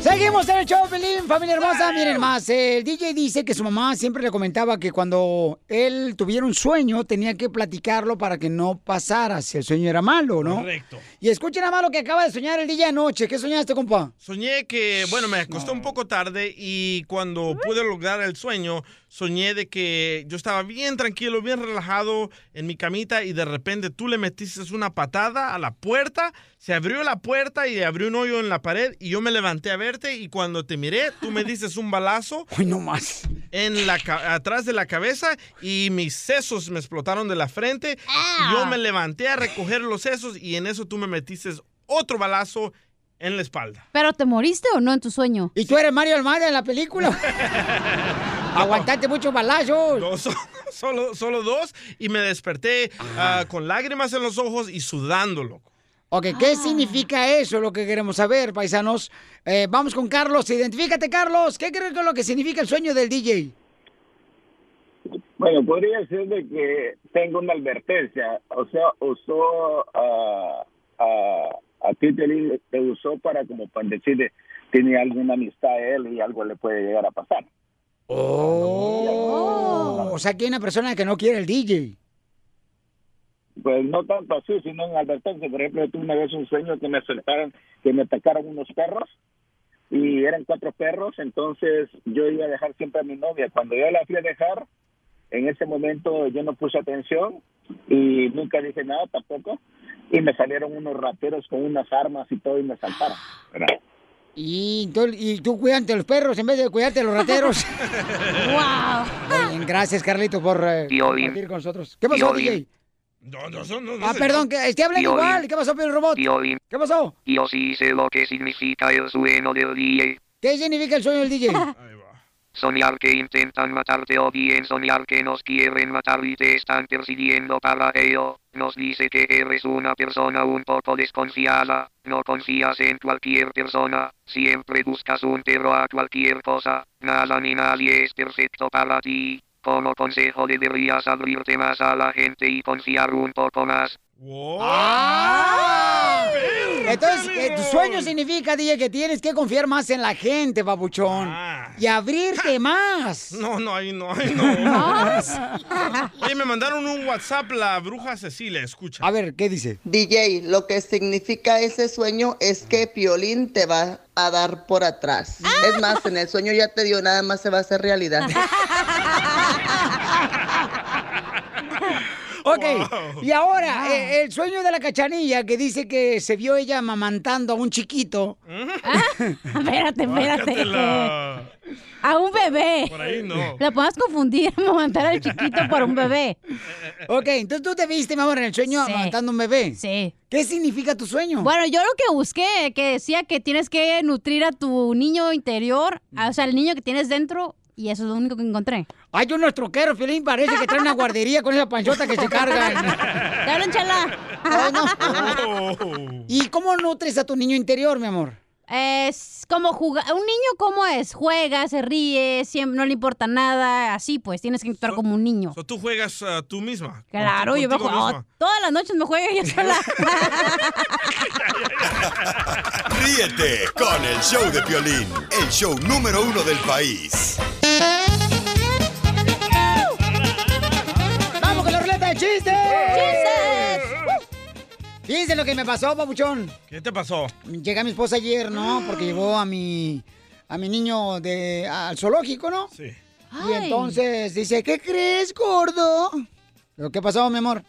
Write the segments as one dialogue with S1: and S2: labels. S1: Seguimos en el show, Pelín, familia hermosa. Miren más, el DJ dice que su mamá siempre le comentaba que cuando él tuviera un sueño tenía que platicarlo para que no pasara si el sueño era malo, ¿no?
S2: Correcto.
S1: Y escuchen a malo que acaba de soñar el DJ anoche. ¿Qué soñaste, compa?
S2: Soñé que, bueno, me acosté un poco tarde y cuando pude lograr el sueño, soñé de que yo estaba bien tranquilo, bien relajado en mi camita y de repente tú le metiste una patada a la puerta, se abrió la puerta y abrió un hoyo en la pared y yo me levanté a verte y cuando te miré, tú me dices un balazo.
S1: Uy, no más.
S2: En la ca- atrás de la cabeza y mis sesos me explotaron de la frente. Y
S1: Ah.
S2: yo me levanté a recoger los sesos y en eso tú me metiste otro balazo en la espalda.
S3: ¿Pero te moriste o no en tu sueño?
S1: ¿Y tú eres Mario Almada en la película? Aguantaste muchos balazos.
S2: No, so- solo, solo dos y me desperté ah, con lágrimas en los ojos y sudando, loco.
S1: Ok, ¿qué
S3: Ah.
S1: significa eso? Lo que queremos saber, paisanos. Eh, vamos con Carlos. Identifícate, Carlos. ¿Qué crees que es lo que significa el sueño del DJ?
S4: Bueno, podría ser de que tengo una advertencia, o sea, usó a, a, a ti te, li- te usó para como para decir de, tiene alguna amistad él y algo le puede llegar a pasar.
S1: Oh. O sea, que hay una persona que no quiere el DJ.
S4: Pues no tanto así, sino en advertencia. Por ejemplo, tuve una vez un sueño que me soltaron, que me atacaron unos perros y eran cuatro perros, entonces yo iba a dejar siempre a mi novia. Cuando yo la fui a dejar, en ese momento yo no puse atención y nunca dije nada tampoco. Y me salieron unos rateros con unas armas y todo y me asaltaron. ¿verdad?
S1: Y, tú- y tú cuídate a los perros en vez de cuidarte a los rateros. Muy bien, gracias, Carlito, por eh,
S2: Piolín.
S1: compartir con nosotros. ¿Qué pasó,
S2: Piolín.
S1: DJ?
S2: No, no, no, no, no
S1: Ah,
S2: sé.
S1: perdón, que estoy hablando
S5: Piolín.
S1: igual. ¿Qué pasó, Piolín Robot?
S5: Piolín.
S1: ¿Qué pasó?
S5: Yo sí sé lo que significa el sueño del DJ.
S1: ¿Qué significa el sueño del DJ?
S5: Soñar que intentan matarte o bien soñar que nos quieren matar y te están persiguiendo para ello. Nos dice que eres una persona un poco desconfiada. No confías en cualquier persona. Siempre buscas un perro a cualquier cosa. Nada ni nadie es perfecto para ti. Como consejo deberías abrirte más a la gente y confiar un poco más.
S1: Entonces, eh, tu sueño significa, DJ, que tienes que confiar más en la gente, babuchón. Y abrirte más.
S2: No, no, ahí no, ahí no. Oye, me mandaron un WhatsApp la bruja Cecilia, escucha.
S1: A ver, ¿qué dice?
S6: DJ, lo que significa ese sueño es que Piolín te va a dar por atrás.
S1: Ah.
S6: Es más, en el sueño ya te dio, nada más se va a hacer realidad.
S1: Ok, y ahora, eh, el sueño de la cachanilla que dice que se vio ella amamantando a un chiquito.
S3: Espérate, espérate. Eh.
S2: Guácatela.
S3: A un bebé.
S2: Por ahí no.
S3: La podemos confundir, amamantar al chiquito por un bebé.
S1: Ok, entonces tú te viste, mi amor, en el sueño
S3: Sí.
S1: amamantando a un bebé.
S3: Sí.
S1: ¿Qué significa tu sueño?
S3: Bueno, yo lo que busqué, que decía que tienes que nutrir a tu niño interior,
S1: Mm.
S3: a- o sea, el niño que tienes dentro, y eso es lo único que encontré.
S1: Hay unos troqueros, Filín, parece que traen una guardería con esa panchota que se cargan.
S3: Dale, chala.
S1: No, Oh, no. ¿Y cómo nutres a tu niño interior, mi amor?
S3: Es como jugar. Un niño, ¿cómo es? Juega, se ríe, siempre, no le importa nada. Así pues, tienes que actuar como un niño.
S2: So, tú juegas ah, tú misma.
S3: Claro, yo me
S2: Contigo
S3: juego.
S2: misma.
S3: Todas las noches me juego yo sola.
S7: Ríete con el show de Piolín, el show número uno del país.
S1: ¡Vamos con la ruleta de chistes! ¡Chistes! Fíjense lo que me pasó, papuchón.
S2: ¿Qué te pasó?
S1: Llega mi esposa ayer, ¿no? Porque llevó a mi, a mi niño de, al zoológico, ¿no?
S2: Sí.
S1: Y entonces dice, ¿qué crees, gordo? ¿Lo que pasó, mi amor?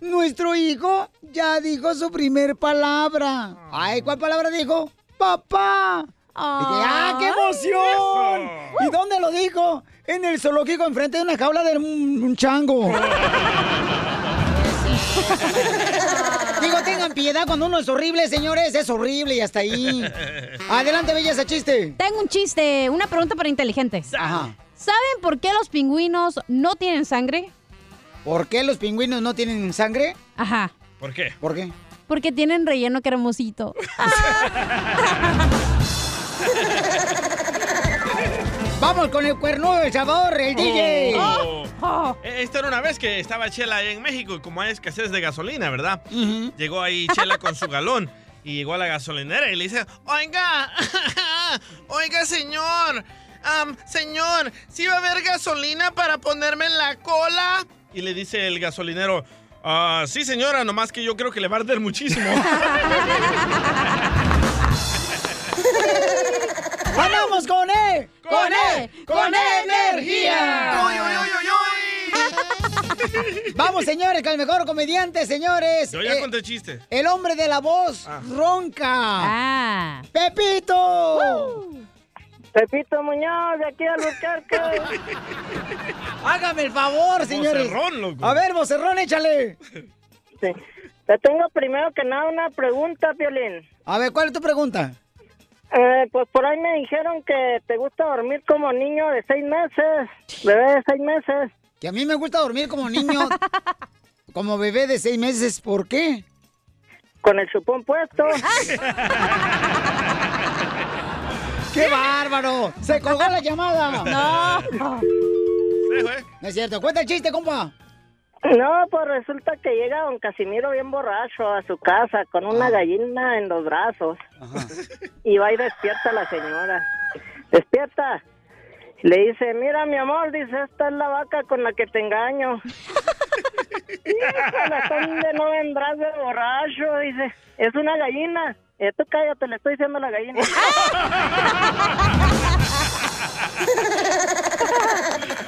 S1: Nuestro hijo ya dijo su primer palabra. Ay, ¿cuál palabra dijo? ¡Papá! Dije, ¡ah, qué emoción! ¿Y dónde lo dijo? En el zoológico, enfrente de una jaula de un, un chango. Digo, tengan piedad cuando uno es horrible, señores. Es horrible y hasta ahí. Adelante, belleza, chiste.
S3: Tengo un chiste, una pregunta para inteligentes.
S1: Ajá.
S3: ¿Saben por qué los pingüinos no tienen sangre?
S1: ¿Por qué los pingüinos no tienen sangre?
S3: Ajá.
S2: ¿Por qué?
S1: ¿Por qué?
S3: Porque tienen relleno cremosito.
S1: Vamos con el cuernudo El Salvador, el DJ.
S2: Oh. Eh, Esta era una vez que estaba Chela ahí en México y como hay escasez de gasolina, ¿verdad? Llegó ahí Chela con su galón y llegó a la gasolinera y le dice, oiga, oiga señor, Ah, am, señor, ¿sí va a haber gasolina para ponerme en la cola? Y le dice el gasolinero, "Ah, sí señora, nomás que yo creo que le va a arder muchísimo.
S1: ¡Vamos con E, él!
S2: ¡Con
S1: él!
S2: ¡Con energía!
S1: ¡Oy, oy, oy, Vamos, señores, con el mejor comediante, señores.
S2: yo ya
S1: Eh,
S2: conté chiste.
S1: el hombre de la voz
S2: Ah.
S1: ronca.
S3: Ah.
S1: ¡Pepito!
S8: Pepito Muñoz, de aquí a los charcos.
S1: Hágame el favor, señores.
S2: Vocerrón, loco.
S1: A ver, vocerrón, échale.
S8: Sí. Te tengo primero que nada una pregunta, Violín.
S1: A ver, ¿cuál es tu pregunta?
S8: Eh, pues por ahí me dijeron que te gusta dormir como niño de seis meses, bebé de seis meses.
S1: Que a mí me gusta dormir como niño, como bebé de seis meses. ¿Por qué?
S8: Con el chupón puesto.
S1: ¡Qué bárbaro! ¡Se colgó la llamada!
S3: No.
S2: Sí, güey.
S1: No es cierto. Cuenta el chiste, compa.
S8: No, pues resulta que llega don Casimiro bien borracho a su casa con una gallina en los brazos. Y va y despierta a la señora. Despierta. Le dice, mira mi amor, dice, esta es la vaca con la que te engaño. Híjole, ¿dónde no vendrás de borracho? Dice, es una gallina. Eh, tú cállate, le estoy diciendo a la gallina.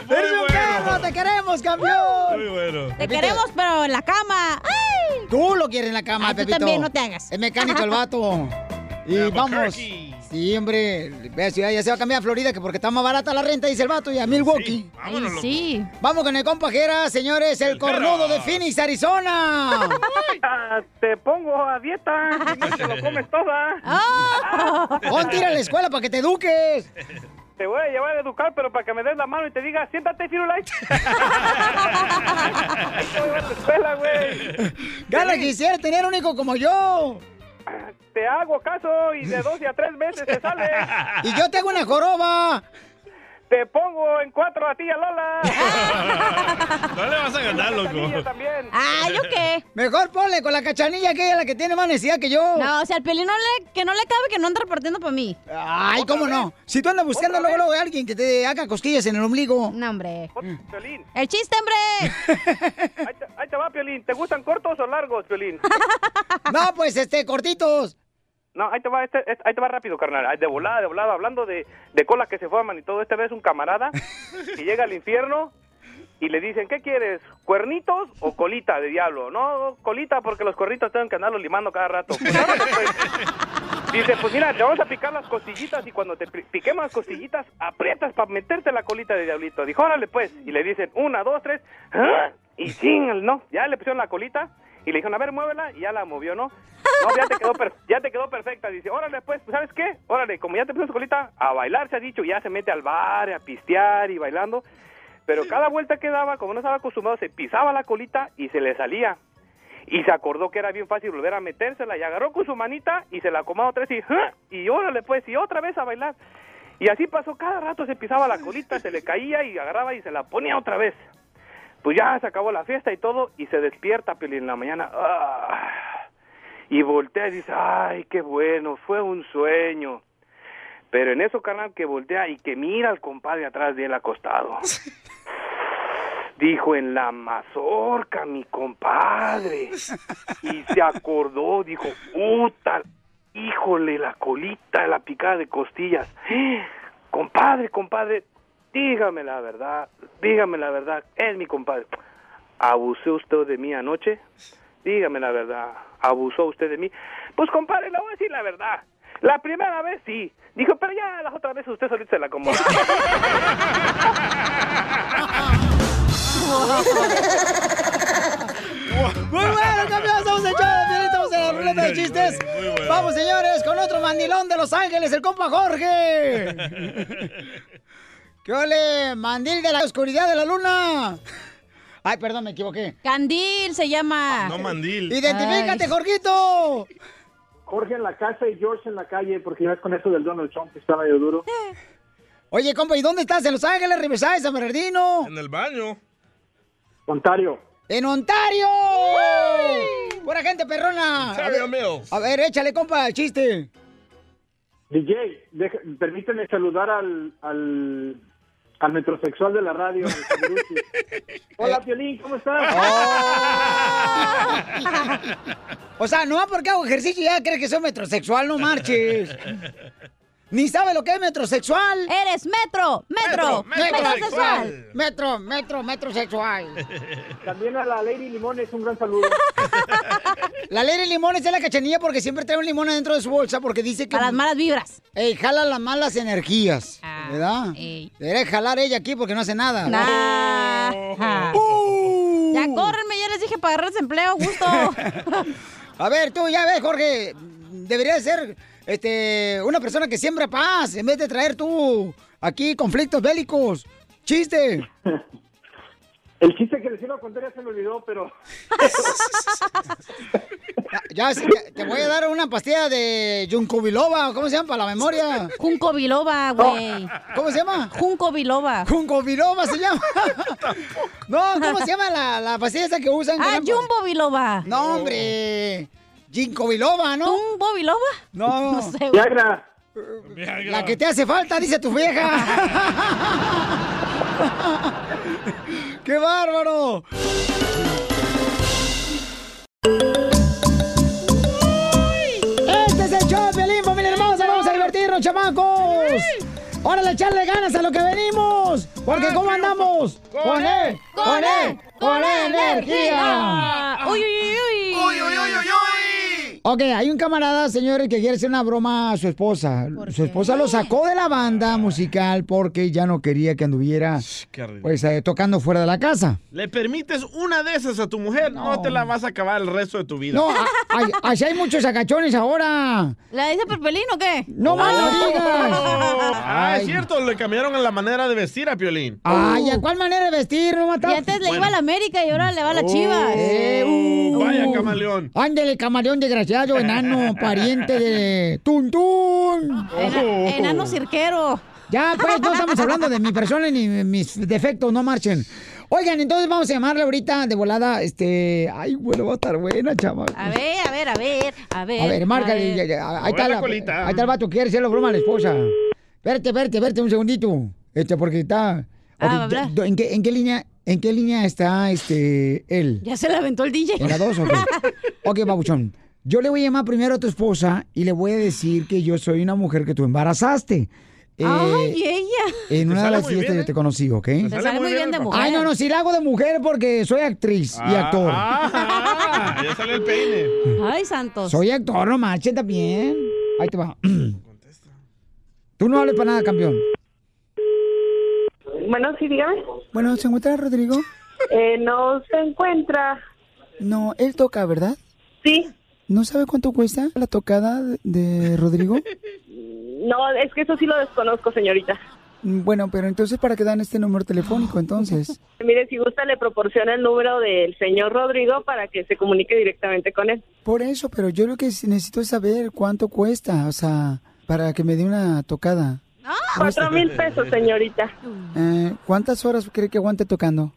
S2: Muy
S1: ¡Eres un perro!
S2: bueno.
S1: ¡Te queremos, campeón!
S2: Muy bueno.
S3: Te queremos, pero en la cama. ¡Ay!
S1: Tú lo quieres en la cama,
S3: Ay, Ah, tú
S1: Pepito.
S3: también, no te hagas.
S1: Es mecánico el vato. Y
S2: De
S1: vamos.
S2: Albuquerque.
S1: Sí, hombre. Ve a ciudad, ya se va a cambiar a Florida, que porque está más barata la renta, dice el vato, y a Milwaukee.
S2: Sí, vámonos,
S3: Ay,
S2: loco.
S3: sí.
S1: Vamos con el compa Jera, señores, el,
S2: El
S1: cornudo
S2: Jera.
S1: de Phoenix, Arizona.
S8: Ah, te pongo a dieta, si no te lo comes toda.
S3: ¡Oh!
S1: Pon tira a la escuela para que te eduques.
S8: Te voy a llevar a educar, pero para que me des la mano y te diga, siéntate, Firulais. escuela, güey.
S1: Gana, quisiera tener un hijo como yo.
S8: Te hago caso y de dos a tres veces te sale.
S1: Y yo tengo una joroba.
S8: Te pongo en cuatro a ti, a Lola.
S2: No le vas a ganar,
S8: Yo
S2: loco.
S8: también.
S3: ¡Ay, Ah, yo qué!
S1: Mejor ponle con la cachanilla que ella es la que tiene más necesidad que yo.
S3: No, o sea, el pelín no le, que no le cabe que no anda repartiendo para mí.
S1: Ay, ¿cómo no? Si tú andas buscando luego, luego a alguien que te haga cosquillas en el ombligo.
S3: No, hombre.
S8: Piolín,
S3: ¡El chiste, hombre!
S8: ahí te, ahí te va, Piolín. ¿Te gustan cortos o largos, Piolín?
S1: No, pues este, cortitos.
S8: No, ahí te va, este- este- ahí te va rápido, carnal. Ay, De volada, de volada, hablando de, de colas que se forman y todo. Esta vez un camarada que llega al infierno y le dicen, ¿qué quieres? ¿Cuernitos o colita de diablo? No, colita, porque los cuernitos tienen que andarlos limando cada rato. Pues, órale, pues. Dice, pues mira, te vamos a picar las costillitas y cuando te pri- piquemos las costillitas, aprietas para meterte la colita de diablito. Dijo, órale, pues. Y le dicen, una, dos, tres. ¡ah! Y sin, no, ya le pusieron la colita y le dijeron, a ver, muévela. Y ya la movió, ¿no? No, ya te quedó, per- ya te quedó perfecta. Dice, órale, pues, ¿sabes qué? Órale, como ya te puso colita, a bailar se ha dicho. Ya se mete al bar, a pistear y bailando. Pero cada vuelta que daba, como no estaba acostumbrado, se pisaba la colita y se le salía. Y se acordó que era bien fácil volver a metérsela y agarró con su manita y se la acomodó tres y ¡ah! y órale pues y otra vez a bailar. Y así pasó, cada rato se pisaba la colita, se le caía y agarraba y se la ponía otra vez. Pues ya se acabó la fiesta y todo y se despierta Piolín en la mañana. ¡ah! Y voltea y dice, "Ay, qué bueno, fue un sueño." Pero en eso canal que voltea y que mira al compadre atrás de él acostado. Dijo en la mazorca, mi compadre. Y se acordó, dijo, puta, híjole, la colita, la picada de costillas. Compadre, compadre, dígame la verdad, dígame la verdad, es mi compadre. ¿Abusó usted de mí anoche? Dígame la verdad, ¿abusó usted de mí? Pues compadre, le voy a decir la verdad. La primera vez sí. Dijo, pero ya las otras veces usted solito se la acomoda.
S1: Muy bueno, campeón, estamos en show de Piolín, estamos en la
S2: Muy
S1: ruleta de
S2: bien,
S1: chistes.
S2: muy bien, muy bueno.
S1: Vamos, señores, con otro mandilón de Los Ángeles, el compa Jorge. ¿Qué ole, mandil de la oscuridad de la luna? Ay, perdón, me equivoqué.
S3: Candil se llama.
S2: Ah, No mandil.
S1: ¡Identifícate, Jorgito!
S9: Jorge en la casa y George en la calle, porque ya ves con eso del Donald Trump que está medio duro.
S1: Oye, compa, ¿y dónde estás? ¿En Los Ángeles, Riverside, San Bernardino?
S2: En el baño.
S9: Ontario.
S1: ¡En Ontario! ¡Buena gente, perrona! A ver, a ver, échale, compa, el chiste.
S9: DJ, deja- permíteme saludar al, al, al metrosexual de la radio. al Cerusi. Hola, Piolín, ¿cómo estás?
S1: Oh. O sea, no porque hago ejercicio ya crees que soy metrosexual, no marches. Ni sabe lo que es metrosexual.
S3: Eres metro, metro,
S9: Metro, metrosexual.
S3: metrosexual.
S1: Metro, metro, metrosexual.
S9: También a la Lady Limones, un gran saludo.
S1: La ley de limones es la cachanilla porque siempre trae un limón adentro de su bolsa porque dice que.
S3: Para las malas vibras. Ah,
S1: Ey, jala las malas energías. ¿Verdad? Debería jalar ella aquí porque no hace nada.
S9: Oh.
S1: Uh.
S3: Nah. Ya córrenme, ya les dije para agarrar empleo, gusto.
S1: A ver, tú ya ves, Jorge. Debería ser este, una persona que siembra paz en vez de traer tú aquí conflictos bélicos. Chiste.
S9: El chiste que les iba a contar ya se me olvidó, pero
S1: Ya, sí, te, te voy a dar una pastilla de Junco Biloba, ¿cómo se llama? Para la memoria.
S3: Junco Biloba, güey.
S1: ¿Cómo se llama?
S3: Junco Biloba.
S1: Junco Biloba se llama. no, ¿cómo se llama la, la pastilla esa que usan?
S3: Ah,
S1: caramba?
S3: Jumbo Biloba.
S1: No, hombre. Jinko Biloba, ¿no?
S3: ¿Jumbo Biloba?
S1: No.
S3: No sé, güey.
S9: Viagra.
S1: La que te hace falta, dice tu vieja. ¡Qué bárbaro! Este es el show, Piolín, familia hermosa. Vamos a divertirnos, chamacos. Órale, echarle ganas a lo que venimos. Porque ¿cómo andamos? Con él, con él, con E, él, energía.
S3: Uy, uy, uy, uy. Uy, uy, uy, uy,
S1: Ok, hay un camarada, señores, que quiere hacer una broma a su esposa. Su esposa lo sacó de la banda musical porque ya no quería que anduviera
S2: qué horrible.
S1: pues, eh, tocando fuera de la casa.
S2: Le permites una de esas a tu mujer, no, te la vas a acabar el resto de tu vida.
S1: No, ah. a- hay- allá hay muchos sacachones ahora.
S3: ¿La dice Pepelín o qué?
S1: ¡No más lo digas!
S2: Ah,
S1: Ay.
S2: es cierto, le cambiaron la manera de vestir a Piolín.
S1: Ay, ¿a cuál manera de vestir? No
S3: Oh. Y
S1: mata.
S3: antes le iba a la América y ahora le va a la Chivas.
S1: Eh, uh,
S2: Vaya camaleón.
S1: Ándele, camaleón desgraciado, enano, pariente de Tuntún.
S3: Ena-
S2: Oh.
S3: enano cirquero.
S1: Ya, pues, no estamos hablando de mi persona ni de mis defectos, no marchen. Oigan, entonces vamos a llamarle ahorita de volada, este... Ay, bueno, va a estar buena, chama.
S3: A ver, a ver, a ver, a ver.
S1: A ver, márcale.
S3: a
S1: ya,
S3: ver.
S1: ya, ahí,
S2: Mueve
S1: está
S2: la
S1: la-
S2: colita.
S1: ahí está el vato, quiere hacerle broma a la esposa. Verte, verte, verte un segundito. Este, porque está...
S3: Ah,
S1: Ok,
S3: va a hablar.
S1: do- ¿en, qué, en qué línea, ¿En qué línea está este él?
S3: Ya se la aventó el DJ.
S1: ¿En la dos o qué? Ok, babuchón. Yo le voy a llamar primero a tu esposa y le voy a decir que yo soy una mujer que tú embarazaste. Eh,
S3: Ay, ella.
S1: en
S2: Te
S1: una de
S2: sale
S1: las
S2: muy
S1: fiestas
S2: bien,
S1: yo
S2: ¿eh?
S1: te conocí, ¿ok?
S2: Te
S3: Te sale muy bien de
S2: el
S3: mujer.
S1: Ay, no, no, sí la hago de mujer porque soy actriz y actor.
S2: Ah, ah, ya sale el peine.
S3: Ay, santos.
S1: Soy actor, no manches, también. Ahí te va. Tú no hables para nada, campeón.
S10: Bueno, sí, dígame.
S1: Bueno, ¿se encuentra Rodrigo?
S10: Eh, no se encuentra.
S1: No, él toca, ¿verdad?
S10: Sí.
S1: ¿No sabe cuánto cuesta la tocada de Rodrigo?
S10: No, es que eso sí lo desconozco, señorita.
S1: Bueno, pero entonces para qué dan este número telefónico entonces.
S10: Mire, si gusta, le proporciona el número del señor Rodrigo para que se comunique directamente con él.
S1: Por eso, pero yo lo que sí necesito es saber cuánto cuesta, o sea, para que me dé una tocada.
S10: Cuatro mil pesos, señorita.
S1: Eh, ¿Cuántas horas cree que aguante tocando?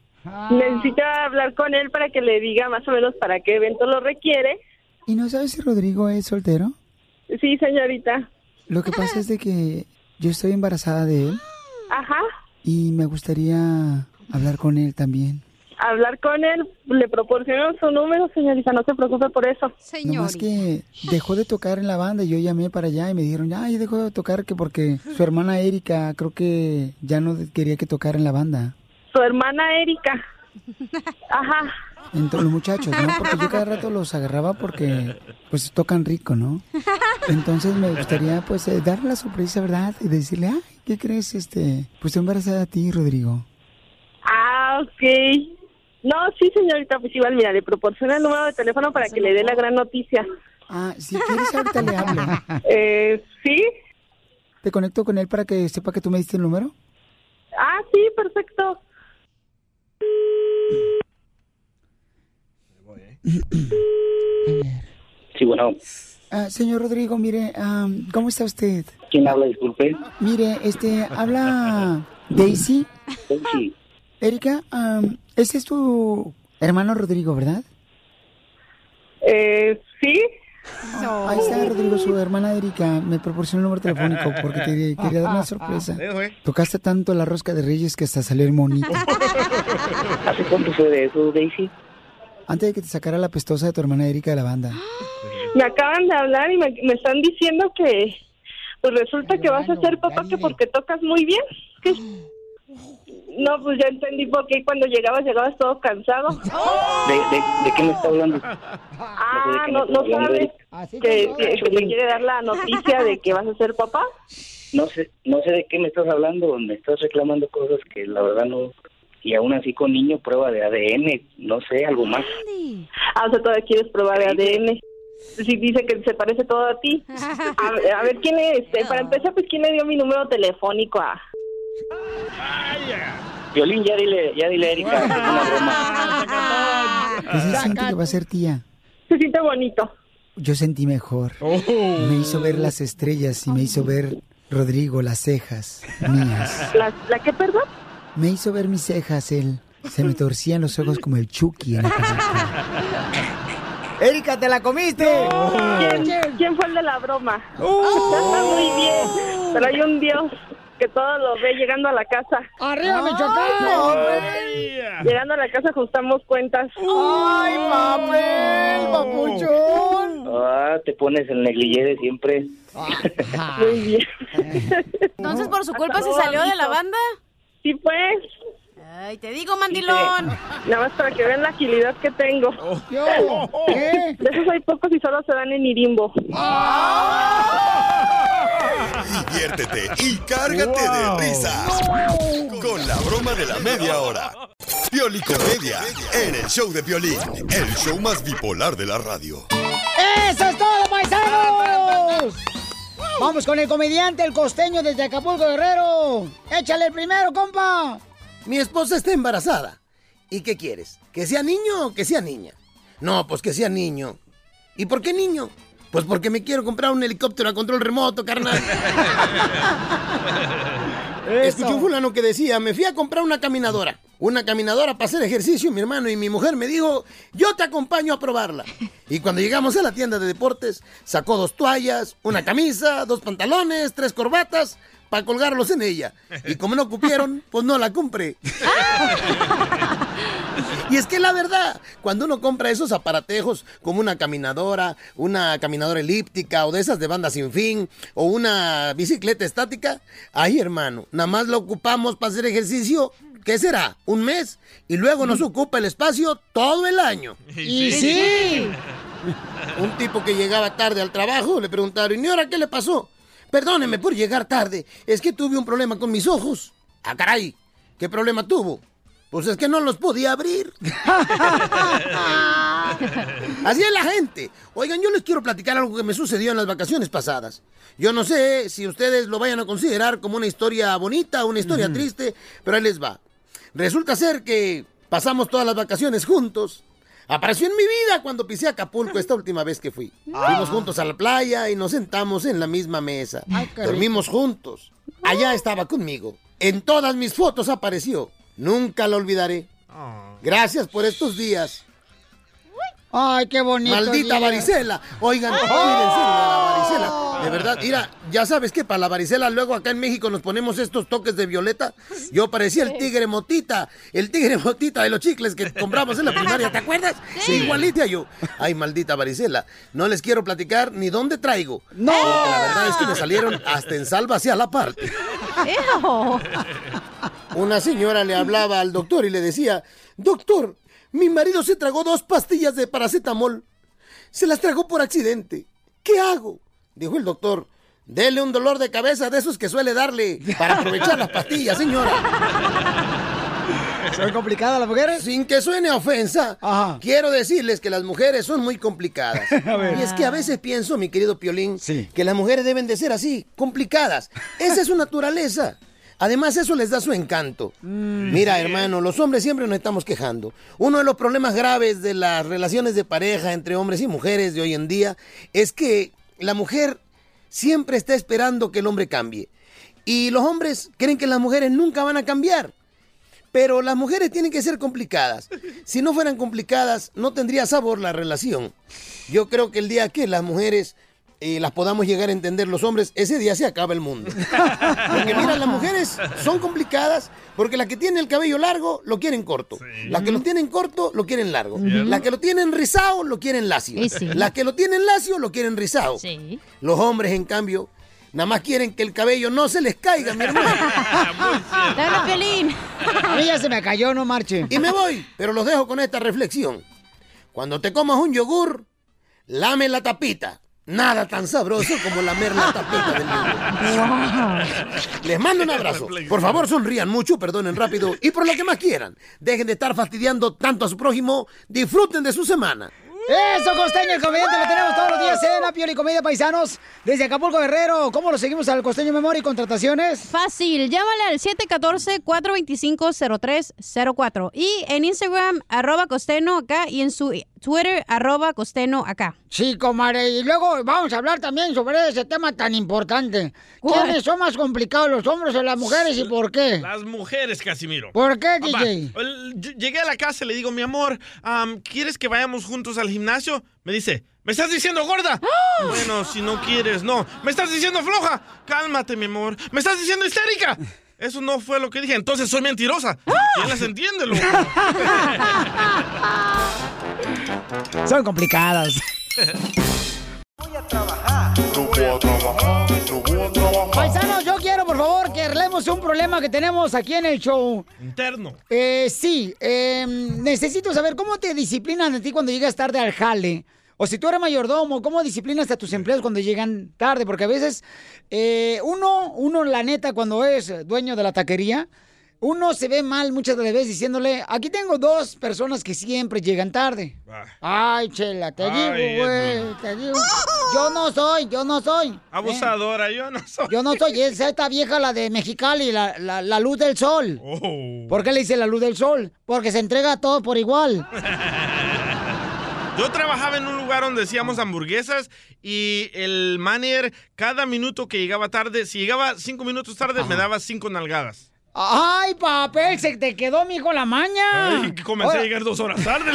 S10: Necesita hablar con él para que le diga más o menos para qué evento lo requiere.
S1: ¿Y no sabes si Rodrigo es soltero?
S10: Sí, señorita.
S1: Lo que pasa es de que yo estoy embarazada de él
S10: Ajá.
S1: y me gustaría hablar con él también.
S10: Hablar con él, le proporciono su número, señorita. No se preocupe por eso.
S1: Nomás
S3: Señorita.
S1: que dejó de tocar en la banda y yo llamé para allá y me dijeron, ay, dejó de tocar que porque su hermana Erika creo que ya no quería que tocara en la banda.
S10: Su hermana Erika. Ajá.
S1: Entonces, los muchachos, ¿no? Porque yo cada rato los agarraba porque, pues, tocan rico, ¿no? Entonces me gustaría, pues, eh, darle la sorpresa, ¿verdad? Y decirle, ay, ¿qué crees? Este, pues, estoy embarazada de ti, Rodrigo.
S10: Ah, ok. No, sí, señorita, pues igual, mira, le proporciona el número de teléfono para que le dé la gran noticia.
S1: Ah, si quieres, ahorita le hablo.
S10: Eh, ¿Sí?
S1: ¿Te conecto con él para que sepa que tú me diste el número?
S10: Ah, sí, perfecto.
S11: Sí, bueno.
S12: Ah, señor Rodrigo, mire,
S1: ah,
S12: am, ¿cómo está usted?
S11: ¿Quién habla? Disculpe.
S12: Mire, este, habla Daisy.
S11: Daisy.
S12: Erika, am, ese es tu hermano Rodrigo, ¿verdad?
S10: Eh, sí.
S12: Ahí está Rodrigo, su hermana Erika me proporcionó el número telefónico porque te quería dar una sorpresa. Tocaste tanto la rosca de Reyes que hasta salió el monito.
S11: ¿Hace cuánto fue de eso, Daisy?
S12: Antes de que te sacara la pestosa de tu hermana Erika de la banda.
S10: Me acaban de hablar y me, me están diciendo que pues resulta que vas a ser papá que porque tocas muy bien. ¿Qué? No, pues ya entendí por qué cuando llegabas llegabas todo cansado.
S11: ¿De, de, de qué me está hablando?
S10: Ah, no, no sabes que, que- que te quiere dar la noticia de que vas a ser papá.
S11: No sé, no sé de qué me estás hablando. Me estás reclamando cosas que la verdad no. Y aún así con niño, prueba de ADN, no sé, algo más.
S10: Ah, o sea, todavía quieres probar el ADN. Sí, dice que se parece todo a ti. A, a ver, ¿quién es? Eh, Para empezar, pues, ¿quién le dio mi número telefónico a...?
S11: Violín, ya dile, ya dile a Erika. que es una broma.
S12: ¿Qué se siente que va a ser tía?
S10: Se siente bonito.
S12: Yo sentí mejor. Me hizo ver las estrellas y me hizo ver, Rodrigo, las cejas mías.
S10: ¿La, la qué, perdón?
S12: Me hizo ver mis cejas, él. Se me torcían los ojos como el Chucky en la película. Erika, te la comiste. Oh.
S10: ¿Quién, quién fue el de la broma?
S12: Uh.
S10: Ya está muy bien, pero hay un Dios que todo lo ve llegando a la casa.
S12: ¡Arriba, Michoacán!
S10: Llegando a la casa ajustamos cuentas. ¡Ay,
S12: papel, papuchón!
S11: Ah, te pones el negligé de siempre.
S10: Muy bien.
S13: Entonces, por su culpa se salió de la banda.
S10: Sí, pues.
S13: Ay, te digo, mandilón.
S10: Nada más para que vean la agilidad que tengo. De esos hay pocos y solo se dan en Irimbo.
S7: Diviértete y cárgate Wow. de risas con la broma de la media hora. Piolicomedia en el show de Piolín, el show más bipolar de la radio.
S12: ¡Eso es todo, paisanos! Vamos con el comediante, el costeño desde Acapulco, Guerrero. Échale el primero, compa.
S14: Mi esposa está embarazada. ¿Y qué quieres? ¿Que sea niño o que sea niña? No, pues que sea niño. ¿Y por qué niño? Pues porque me quiero comprar un helicóptero a control remoto, carnal. Escuché un fulano que decía, me fui a comprar una caminadora. Una caminadora para hacer ejercicio, mi hermano y mi mujer me dijo, yo te acompaño a probarla. Y cuando llegamos a la tienda de deportes, sacó dos toallas, una camisa, dos pantalones, tres corbatas para colgarlos en ella. Y como no cupieron, pues no la compré. Y es que la verdad, cuando uno compra esos aparatejos como una caminadora, una caminadora elíptica o de esas de banda sin fin o una bicicleta estática, ay hermano, nada más la ocupamos para hacer ejercicio, ¿qué será? ¿Un mes? Y luego nos ocupa el espacio todo el año.
S12: Y sí.
S14: Un tipo que llegaba tarde al trabajo, le preguntaron, ¿y ahora qué le pasó? Perdóneme por llegar tarde, es que tuve un problema con mis ojos. Ah, caray, ¿qué problema tuvo? Pues es que no los podía abrir. Así es la gente. Oigan, yo les quiero platicar algo que me sucedió en las vacaciones pasadas. Yo no sé si ustedes lo vayan a considerar como una historia bonita o una historia triste, pero ahí les va. Resulta ser que pasamos todas las vacaciones juntos. Apareció en mi vida cuando pisé Acapulco esta última vez que fui. Fuimos juntos a la playa y nos sentamos en la misma mesa.
S9: qué rico.
S14: Dormimos juntos. Allá estaba conmigo. En todas mis fotos apareció. Nunca la olvidaré. Gracias por estos días.
S12: Ay, qué bonito.
S14: Maldita
S12: día.
S14: varicela. Oigan,
S12: ¡Oh!
S14: cuídense de la varicela. De verdad, mira, ya sabes que para la varicela luego acá en México nos ponemos estos toques de violeta. Yo parecía el tigre motita, el tigre motita de los chicles que compramos en la primaria, ¿te acuerdas?
S9: Sí.
S14: Igualita yo. Ay, maldita varicela. No les quiero platicar ni dónde traigo. No. la verdad es que me salieron hasta en salva hacia la parte. Una señora le hablaba al doctor y le decía, doctor, mi marido se tragó dos pastillas de paracetamol. Se las tragó por accidente. ¿Qué hago? Dijo el doctor. Dele un dolor de cabeza de esos que suele darle para aprovechar las pastillas, señora.
S12: ¿Son complicadas las mujeres?
S14: Sin que suene a ofensa, quiero decirles que las mujeres son muy complicadas. Y es que a veces pienso, mi querido Piolín, que las mujeres deben de ser así, complicadas. Esa es su naturaleza. Además, eso les da su encanto.
S15: Mm.
S14: Mira, hermano, los hombres siempre nos estamos quejando. Uno de los problemas graves de las relaciones de pareja entre hombres y mujeres de hoy en día es que la mujer siempre está esperando que el hombre cambie. Y los hombres creen que las mujeres nunca van a cambiar. Pero las mujeres tienen que ser complicadas. Si no fueran complicadas, no tendría sabor la relación. Yo creo que el día que las mujeres eh, las podamos llegar a entender los hombres, ese día se acaba el mundo. Porque mira, las mujeres son complicadas porque las que tienen el cabello largo lo quieren corto. Las que lo tienen corto lo quieren largo.
S16: Cierto.
S14: Las que lo tienen rizado lo quieren lacio.
S16: Y sí.
S14: Las que lo tienen lacio lo quieren rizado. Los hombres, en cambio, nada más quieren que el cabello no se les caiga, mi hermano.
S1: Dale, Pelín. A mí ya se me cayó, no marche.
S14: Y me voy, pero los dejo con esta reflexión. Cuando te comas un yogur, lame la tapita. Nada tan sabroso como lamer la tapita del yogur. Les mando un abrazo. Por favor, sonrían mucho, perdonen rápido y por lo que más quieran. Dejen de estar fastidiando tanto a su prójimo. Disfruten de su semana.
S1: Eso, Costeño, el comediante, lo tenemos todos los días en Apiol y Comedia Paisanos. Desde Acapulco, Guerrero, ¿cómo lo seguimos al Costeño Memoria y contrataciones?
S3: Fácil, llámale al 714-425-0304 y en Instagram, arroba costeno acá y en su Twitter, arroba costeno acá.
S1: Sí, comadre, y luego vamos a hablar también sobre ese tema tan importante. ¿Quiénes son más complicados, los hombres o las mujeres y por qué?
S2: Las mujeres, Casimiro.
S1: ¿Por qué,
S2: Papá,
S1: DJ?
S2: el- ll- Llegué a la casa y le digo, mi amor, am, ¿quieres que vayamos juntos al gimnasio? Me dice, ¿me estás diciendo gorda?
S1: ¡Ah!
S2: Bueno, si no quieres, no. ¿Me estás diciendo floja? Cálmate, mi amor. ¿Me estás diciendo histérica? Eso no fue lo que dije. Entonces soy mentirosa.
S1: ¡Ah!
S2: ¿Quién las entiende, loco?
S1: Son complicadas. Paisanos, yo quiero, por favor, que arreglemos un problema que tenemos aquí en el show.
S2: Interno.
S1: Eh, sí, eh, necesito saber cómo te disciplinan de ti cuando llegas tarde al jale. O si tú eres mayordomo, ¿cómo disciplinas a tus empleados cuando llegan tarde? Porque a veces eh, uno, uno la neta, cuando es dueño de la taquería, uno se ve mal muchas de las veces diciéndole, aquí tengo dos personas que siempre llegan tarde. Ay, chela, te
S2: Ay,
S1: digo, güey, te digo. Yo no soy, yo no soy. ¿eh?
S2: Abusadora, yo no soy.
S1: Yo no soy esa, esta vieja, la de Mexicali, la, la, la luz del sol.
S2: Oh.
S1: ¿Por qué le dice la luz del sol? Porque se entrega a todo por igual.
S2: Yo trabajaba en un lugar donde hacíamos hamburguesas y el manager, cada minuto que llegaba tarde, si llegaba cinco minutos tarde, me daba cinco nalgadas.
S1: ¡Ay, papel! Se te quedó, mijo, la maña.
S2: Ay, que comencé a
S1: Ahora-
S2: llegar dos horas tarde.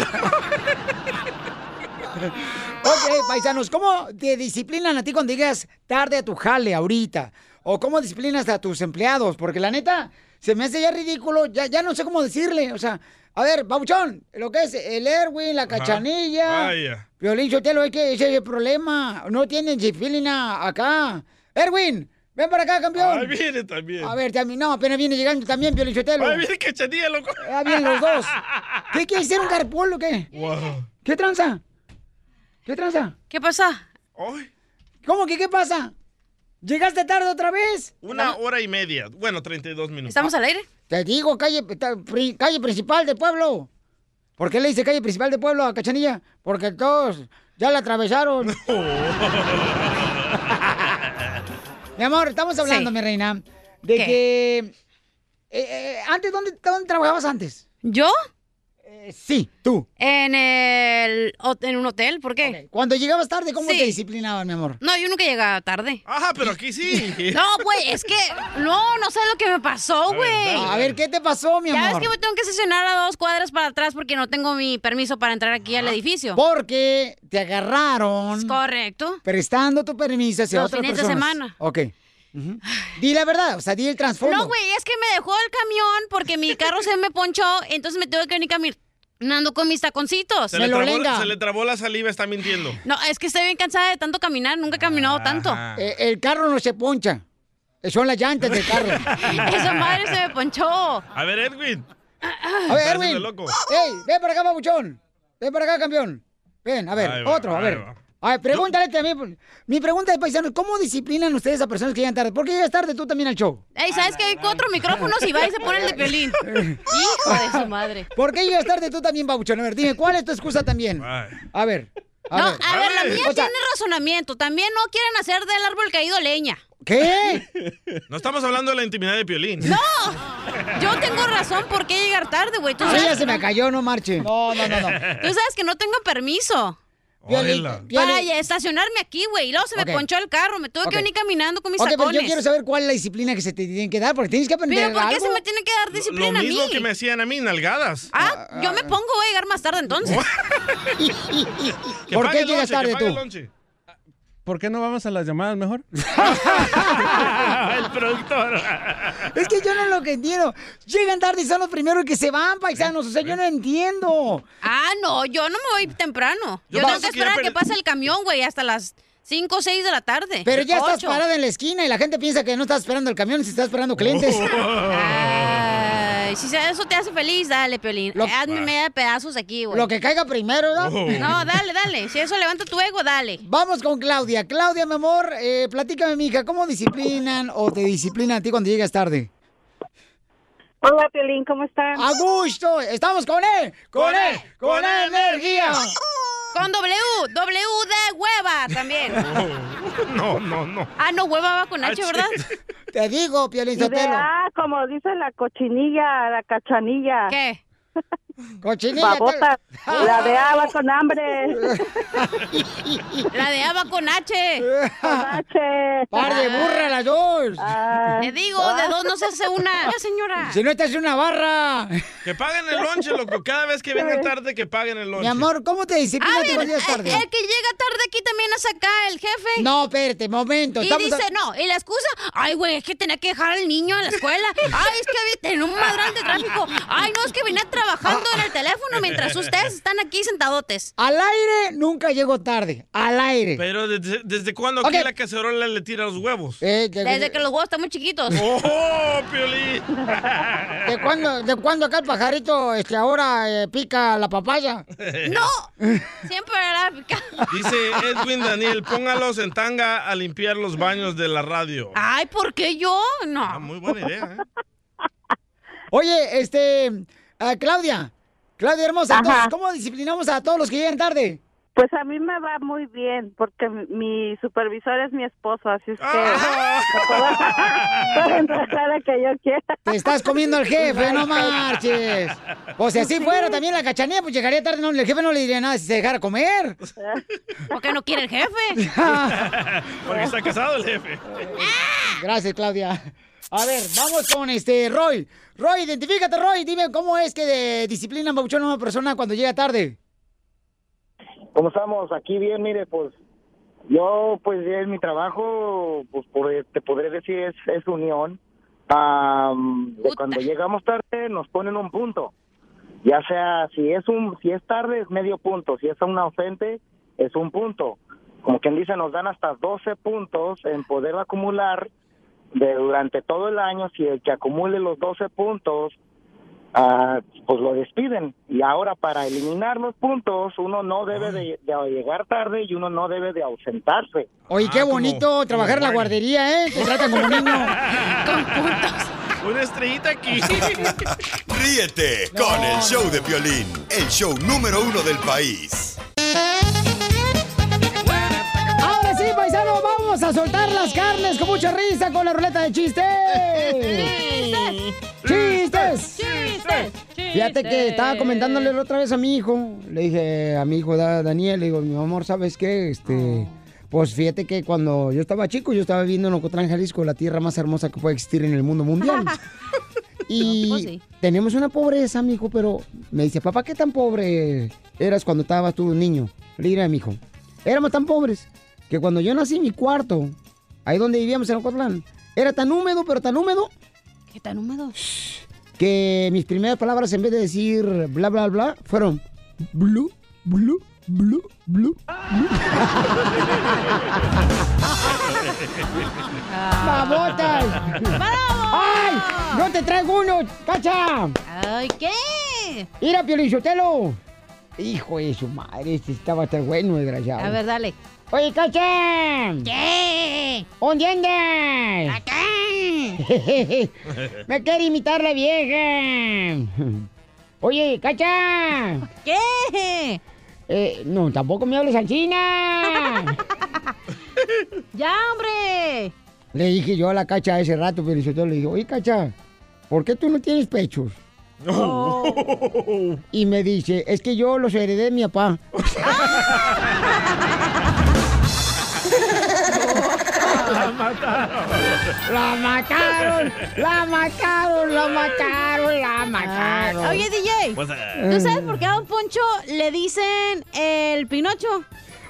S1: Ok, paisanos, ¿cómo te disciplinan a ti cuando llegas tarde a tu jale ahorita? ¿O cómo disciplinas a tus empleados? Porque la neta, se me hace ya ridículo, ya, ya no sé cómo decirle. O sea, a ver, Babuchón, lo que es el Erwin, la cachanilla.
S2: Vaya.
S1: Violín Sotelo, es que ese es el problema. No tienen disciplina acá. Erwin, ven para acá, campeón.
S2: Ahí viene también.
S1: A ver, también, no, apenas viene llegando también Violín Sotelo.
S2: Ahí viene cachanilla, loco.
S1: Ah, vienen los dos. ¿Qué quiere hacer un carpool o qué? ¿Qué tranza? ¿Qué tranza?
S17: ¿Qué pasa?
S1: ¿Cómo que qué pasa? ¿Llegaste tarde otra vez?
S2: Una hora y media. Bueno, 32 minutos.
S1: Te digo, calle, ta- pri- calle principal del pueblo. ¿Por qué le dice calle principal del pueblo a Cachanilla? Porque todos ya la atravesaron. mi amor, estamos hablando, mi reina, de
S17: ¿Qué?
S1: que... eh, eh, antes, ¿dónde, ¿dónde trabajabas antes?
S3: ¿Yo?
S1: Eh, sí, tú.
S3: En, el, hot- en un hotel, ¿por qué?
S1: Cuando llegabas tarde, ¿cómo
S3: Sí.
S1: te disciplinaban, mi amor?
S3: No, yo nunca llegaba tarde.
S2: Ajá, pero aquí sí.
S3: No,
S13: pues,
S3: güey, es que no, no sé lo que me pasó, güey.
S1: A ver, ¿qué te pasó, mi
S3: Ya
S1: amor?
S3: ves que me tengo que sesionar a dos cuadras para atrás porque no tengo mi permiso para entrar aquí
S1: Ah,
S3: al edificio.
S1: Porque te agarraron.
S3: Correcto.
S1: Prestando tu permiso hacia
S3: Los
S1: otras
S3: fines de
S1: personas.
S3: semana.
S1: Ok. Ujú. Di la verdad, o sea, di el trasfondo.
S3: No, güey, es que me dejó el camión porque mi carro se me ponchó, entonces me tuve que venir caminando con mis taconcitos.
S2: Se, le trabó, se le trabó la saliva, está mintiendo.
S3: No, es que estoy bien cansada de tanto caminar, nunca he caminado
S2: Ah.
S3: tanto.
S1: Eh, el carro no se poncha. Eh, Son las llantas del carro.
S3: Esa madre se me ponchó.
S2: A ver, Edwin.
S1: A ver,
S2: Estás haciendo
S1: Erwin.
S2: loco.
S1: Ey, ven para acá, babuchón. Ven para acá, campeón. Ven, a ver,
S2: Ahí va,
S1: otro, a
S2: ahí
S1: ver.
S2: va.
S1: A ver, pregúntale también. Mi pregunta es, paisanos, ¿cómo disciplinan ustedes a personas que llegan tarde? ¿Por qué llegas tarde tú también al show?
S3: Ey, ¿sabes que Hay cuatro micrófonos y va y se pone el de violín. Hijo de su madre.
S1: ¿Por qué llegas tarde tú también, babuchón? A ver, dime, ¿cuál es tu excusa también? A ver. A
S13: no,
S1: ver.
S13: a ver, la
S1: Ay.
S13: mía
S1: O sea-
S13: tiene razonamiento. También no quieren hacer del árbol caído leña.
S1: ¿Qué?
S2: No estamos hablando de la intimidad de Piolín.
S13: ¡No! Yo tengo razón por qué llegar tarde, güey. Tú
S1: Sí, ya
S13: sabes,
S1: se me cayó, no marche. No, no, no, no.
S13: tú sabes que no tengo permiso. Para estacionarme aquí, güey. Y luego se me
S1: Ok.
S13: ponchó el carro. Me tuve
S1: Ok.
S13: que venir caminando con mis
S1: Ok, pero
S13: tacones.
S1: yo quiero saber cuál es la disciplina que se te tienen que dar, porque tienes que aprender
S13: ¿Pero por qué
S1: algo.
S13: se me tiene que dar
S2: Lo
S13: disciplina a mí?
S2: mismo que me hacían a mí, nalgadas.
S13: Ah, yo me pongo a llegar más tarde entonces.
S2: Que ¿Por pague qué el
S15: llegas
S2: tarde tú?
S15: ¿Por qué no vamos a las llamadas mejor?
S2: El productor.
S1: Es que yo no lo que entiendo. Llegan tarde y son los primeros que se van, paisanos. O sea, yo no entiendo.
S13: Ah, no, yo no me voy temprano.
S1: Yo
S13: Yo, tengo
S1: pienso
S13: que
S1: que ya
S13: esperar a
S1: per-
S13: que pase el camión, güey, hasta las 5 o 6 de la tarde.
S1: Pero ya estás
S13: Ocho.
S1: parada en la esquina y la gente piensa que no estás esperando el camión, si estás esperando clientes.
S13: Ay, si eso te hace feliz, dale, Piolín. Hazme media pedazos aquí, güey.
S1: Lo que caiga primero, ¿no?
S13: Ah. Oh. No, dale, dale. Si eso levanta tu ego, dale.
S1: Vamos con Claudia. Claudia, mi amor, eh, platícame, mija, ¿cómo disciplinan o te disciplinan a ti cuando llegas tarde?
S18: Hola, Piolín, ¿cómo están?
S1: A gusto, estamos con él, con él, con él, energía.
S13: Con W, W de hueva también.
S2: No, no, no.
S13: Ah, no, hueva va con Oh. H, ¿verdad?
S1: Te digo, Piolín Sotelo.
S18: Ah, como dice la cochinilla, la cachanilla.
S13: ¿Qué?
S1: Cochinilla,
S18: Babota.
S13: ¿cuál?
S18: La de agua con hambre.
S13: La de A va con H.
S18: H.
S1: Par de burra las dos. Ah.
S13: Te digo, de dos no se hace una. Ya, señora.
S1: Si no estás en una barra.
S2: Que paguen el lonche, loco. Cada vez que vengan tarde, que paguen el lonche.
S1: Mi amor, ¿cómo te disciplinas
S13: A
S1: tú
S13: ver, eh,
S1: cuando llegas tarde?
S13: el que llega tarde aquí también es acá el jefe.
S1: No, espérate, momento.
S13: Y
S1: estamos
S13: dice,
S1: a-
S13: no, y la excusa, ay, güey, es que tenía que dejar al niño a la escuela. Ay, es que vi- tenía un madral de tráfico. Ay, no, es que venía trabajando en el teléfono mientras ustedes están aquí sentadotes.
S1: Al aire nunca llego tarde. Al aire.
S2: Pero desde, desde cuándo aquí
S13: Ok.
S2: la cacerola le tira los huevos?
S13: Desde que los huevos están muy chiquitos.
S2: ¡Oh, Piolín!
S1: ¿De cuándo, ¿De cuándo acá el pajarito este, ahora eh, pica la papaya?
S13: ¡No! Siempre era
S2: Dice Edwin Daniel, póngalos en tanga a limpiar los baños de la radio.
S13: Ay, ¿por qué yo? No.
S2: muy buena idea,
S1: Oye, este. ah, Claudia. Claudia hermosa,
S18: Ajá.
S1: entonces, ¿cómo disciplinamos a todos los que llegan tarde?
S18: Pues a mí me va muy bien, porque mi- mi supervisor es mi esposo, así es que
S1: Ah.
S18: puedo entrar a que yo quiera.
S1: Te estás comiendo al jefe, no marches. O sea, si así fuera también la cachanilla, pues llegaría tarde, no, el jefe no le diría nada si se dejara comer.
S13: Porque no quiere el jefe.
S2: Porque está casado el jefe.
S1: Gracias, Claudia. A ver, vamos con este Roy. Roy, identifícate, Roy. Dime cómo es que de- disciplinan babuchón a una persona cuando llega tarde.
S19: ¿Cómo estamos? Aquí bien, mire, pues yo, pues en mi trabajo, pues por- te podré decir, es, es unión. Am, de cuando llegamos tarde nos ponen un punto. Ya sea, si es, un, si es tarde es medio punto, si es un ausente es un punto. Como quien dice, nos dan hasta 12 puntos en poder acumular de, durante todo el año. Si el que acumule los 12 puntos ah, pues lo despiden. Y ahora para eliminar los puntos, uno no debe de, de llegar tarde y uno no debe de ausentarse.
S1: Oye, qué bonito trabajar en la guardería, ¿eh? Te tratan como niño.
S2: Una estrellita aquí.
S7: Ríete con el show de Piolín, el show número uno del país.
S1: Ahora sí, paisano, vamos a soltar las carnes con mucha risa con la ruleta de chistes. ¡Chistes!
S13: ¡Chistes!
S1: Fíjate que estaba comentándole la otra vez a mi hijo. Le dije a mi hijo da- Daniel, le digo, mi amor, ¿sabes qué? Este, Pues fíjate que cuando yo estaba chico, yo estaba viviendo en Ocotlán, Jalisco, la tierra más hermosa que puede existir en el mundo mundial. y
S10: pues
S1: tenemos una pobreza, mijo, pero me dice, papá, ¿qué tan pobre eras cuando estabas tú niño? Le diré a mi hijo, éramos tan pobres que cuando yo nací mi cuarto, ahí donde vivíamos en Ocotlán, era tan húmedo, pero tan húmedo
S13: ¿Qué tan húmedo?
S1: que mis primeras palabras en vez de decir bla bla bla fueron blue, blue, blue, blue,
S13: Ah.
S1: blue. ¡Babotas! ¡Ay! ¡No te traigo uno, cacha!
S13: Ay, ¿qué?
S1: ¡Mira, Piolichotelo! Hijo de su madre, este estaba tan bueno, desgraciado.
S13: A ver, dale.
S1: Oye, cacha.
S13: ¿Qué?
S1: ¿Dónde andas? Acá. Me quiere imitar la vieja. Oye, cacha.
S13: ¿Qué?
S1: Eh, no, tampoco me hables al China.
S13: ¡Ya, hombre!
S1: Le dije yo a la cacha ese rato, pero yo le dije, oye, cacha, ¿por qué tú no tienes pechos?
S13: Oh.
S1: Y me dice, es que yo los heredé de mi papá.
S20: La mataron.
S1: La mataron, la mataron, la mataron, la mataron.
S13: Oye, DJ,
S2: Pues,
S20: What's
S2: eh.
S20: that?
S13: ¿tú sabes por qué a Don Poncho le dicen el Pinocho?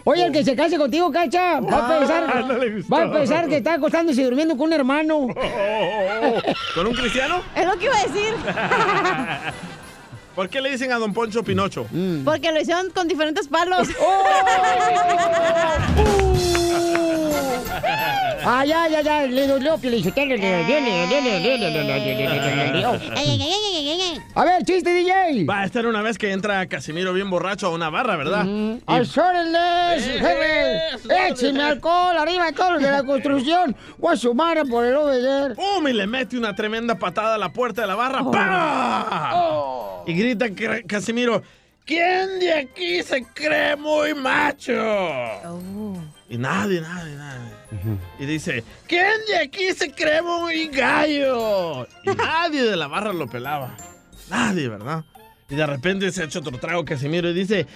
S1: Oye, el que se case contigo, cacha, va a
S13: Ah,
S1: pensar,
S13: no le gustó.
S1: va a pensar que está acostándose y durmiendo con un hermano.
S2: ¿Con un cristiano?
S13: Es lo que iba a decir.
S2: ¿Por qué le dicen a Don Poncho Pinocho?
S13: Porque lo hicieron con diferentes palos.
S1: Oh. Ay, ay, ay, ay, le dolió, Pielichotelo, le dolió, le dolió, le dolió, le dolió, le dolió, le dolió. A ver, chiste, DJ.
S2: Va a estar una vez que entra Casimiro bien borracho a una barra, ¿verdad?
S1: Mm,
S2: Eh,
S1: ¡Al soreles! ¡Écheme alcohol! ¡Arriba todos los de la construcción! ¡Guasumara por el obedecer! Oh.
S2: ¡Pum! Y le mete una tremenda patada a la puerta de la barra. ¡Pah! Y grita Cre- Casimiro, ¿quién de aquí se cree muy macho?
S1: Oh.
S2: Y nadie, nadie, nadie. Y dice, ¿quién de aquí se cree muy gallo? Y nadie de la barra lo pelaba. Nadie, ¿verdad? Y de repente se echa otro trago Casimiro y dice,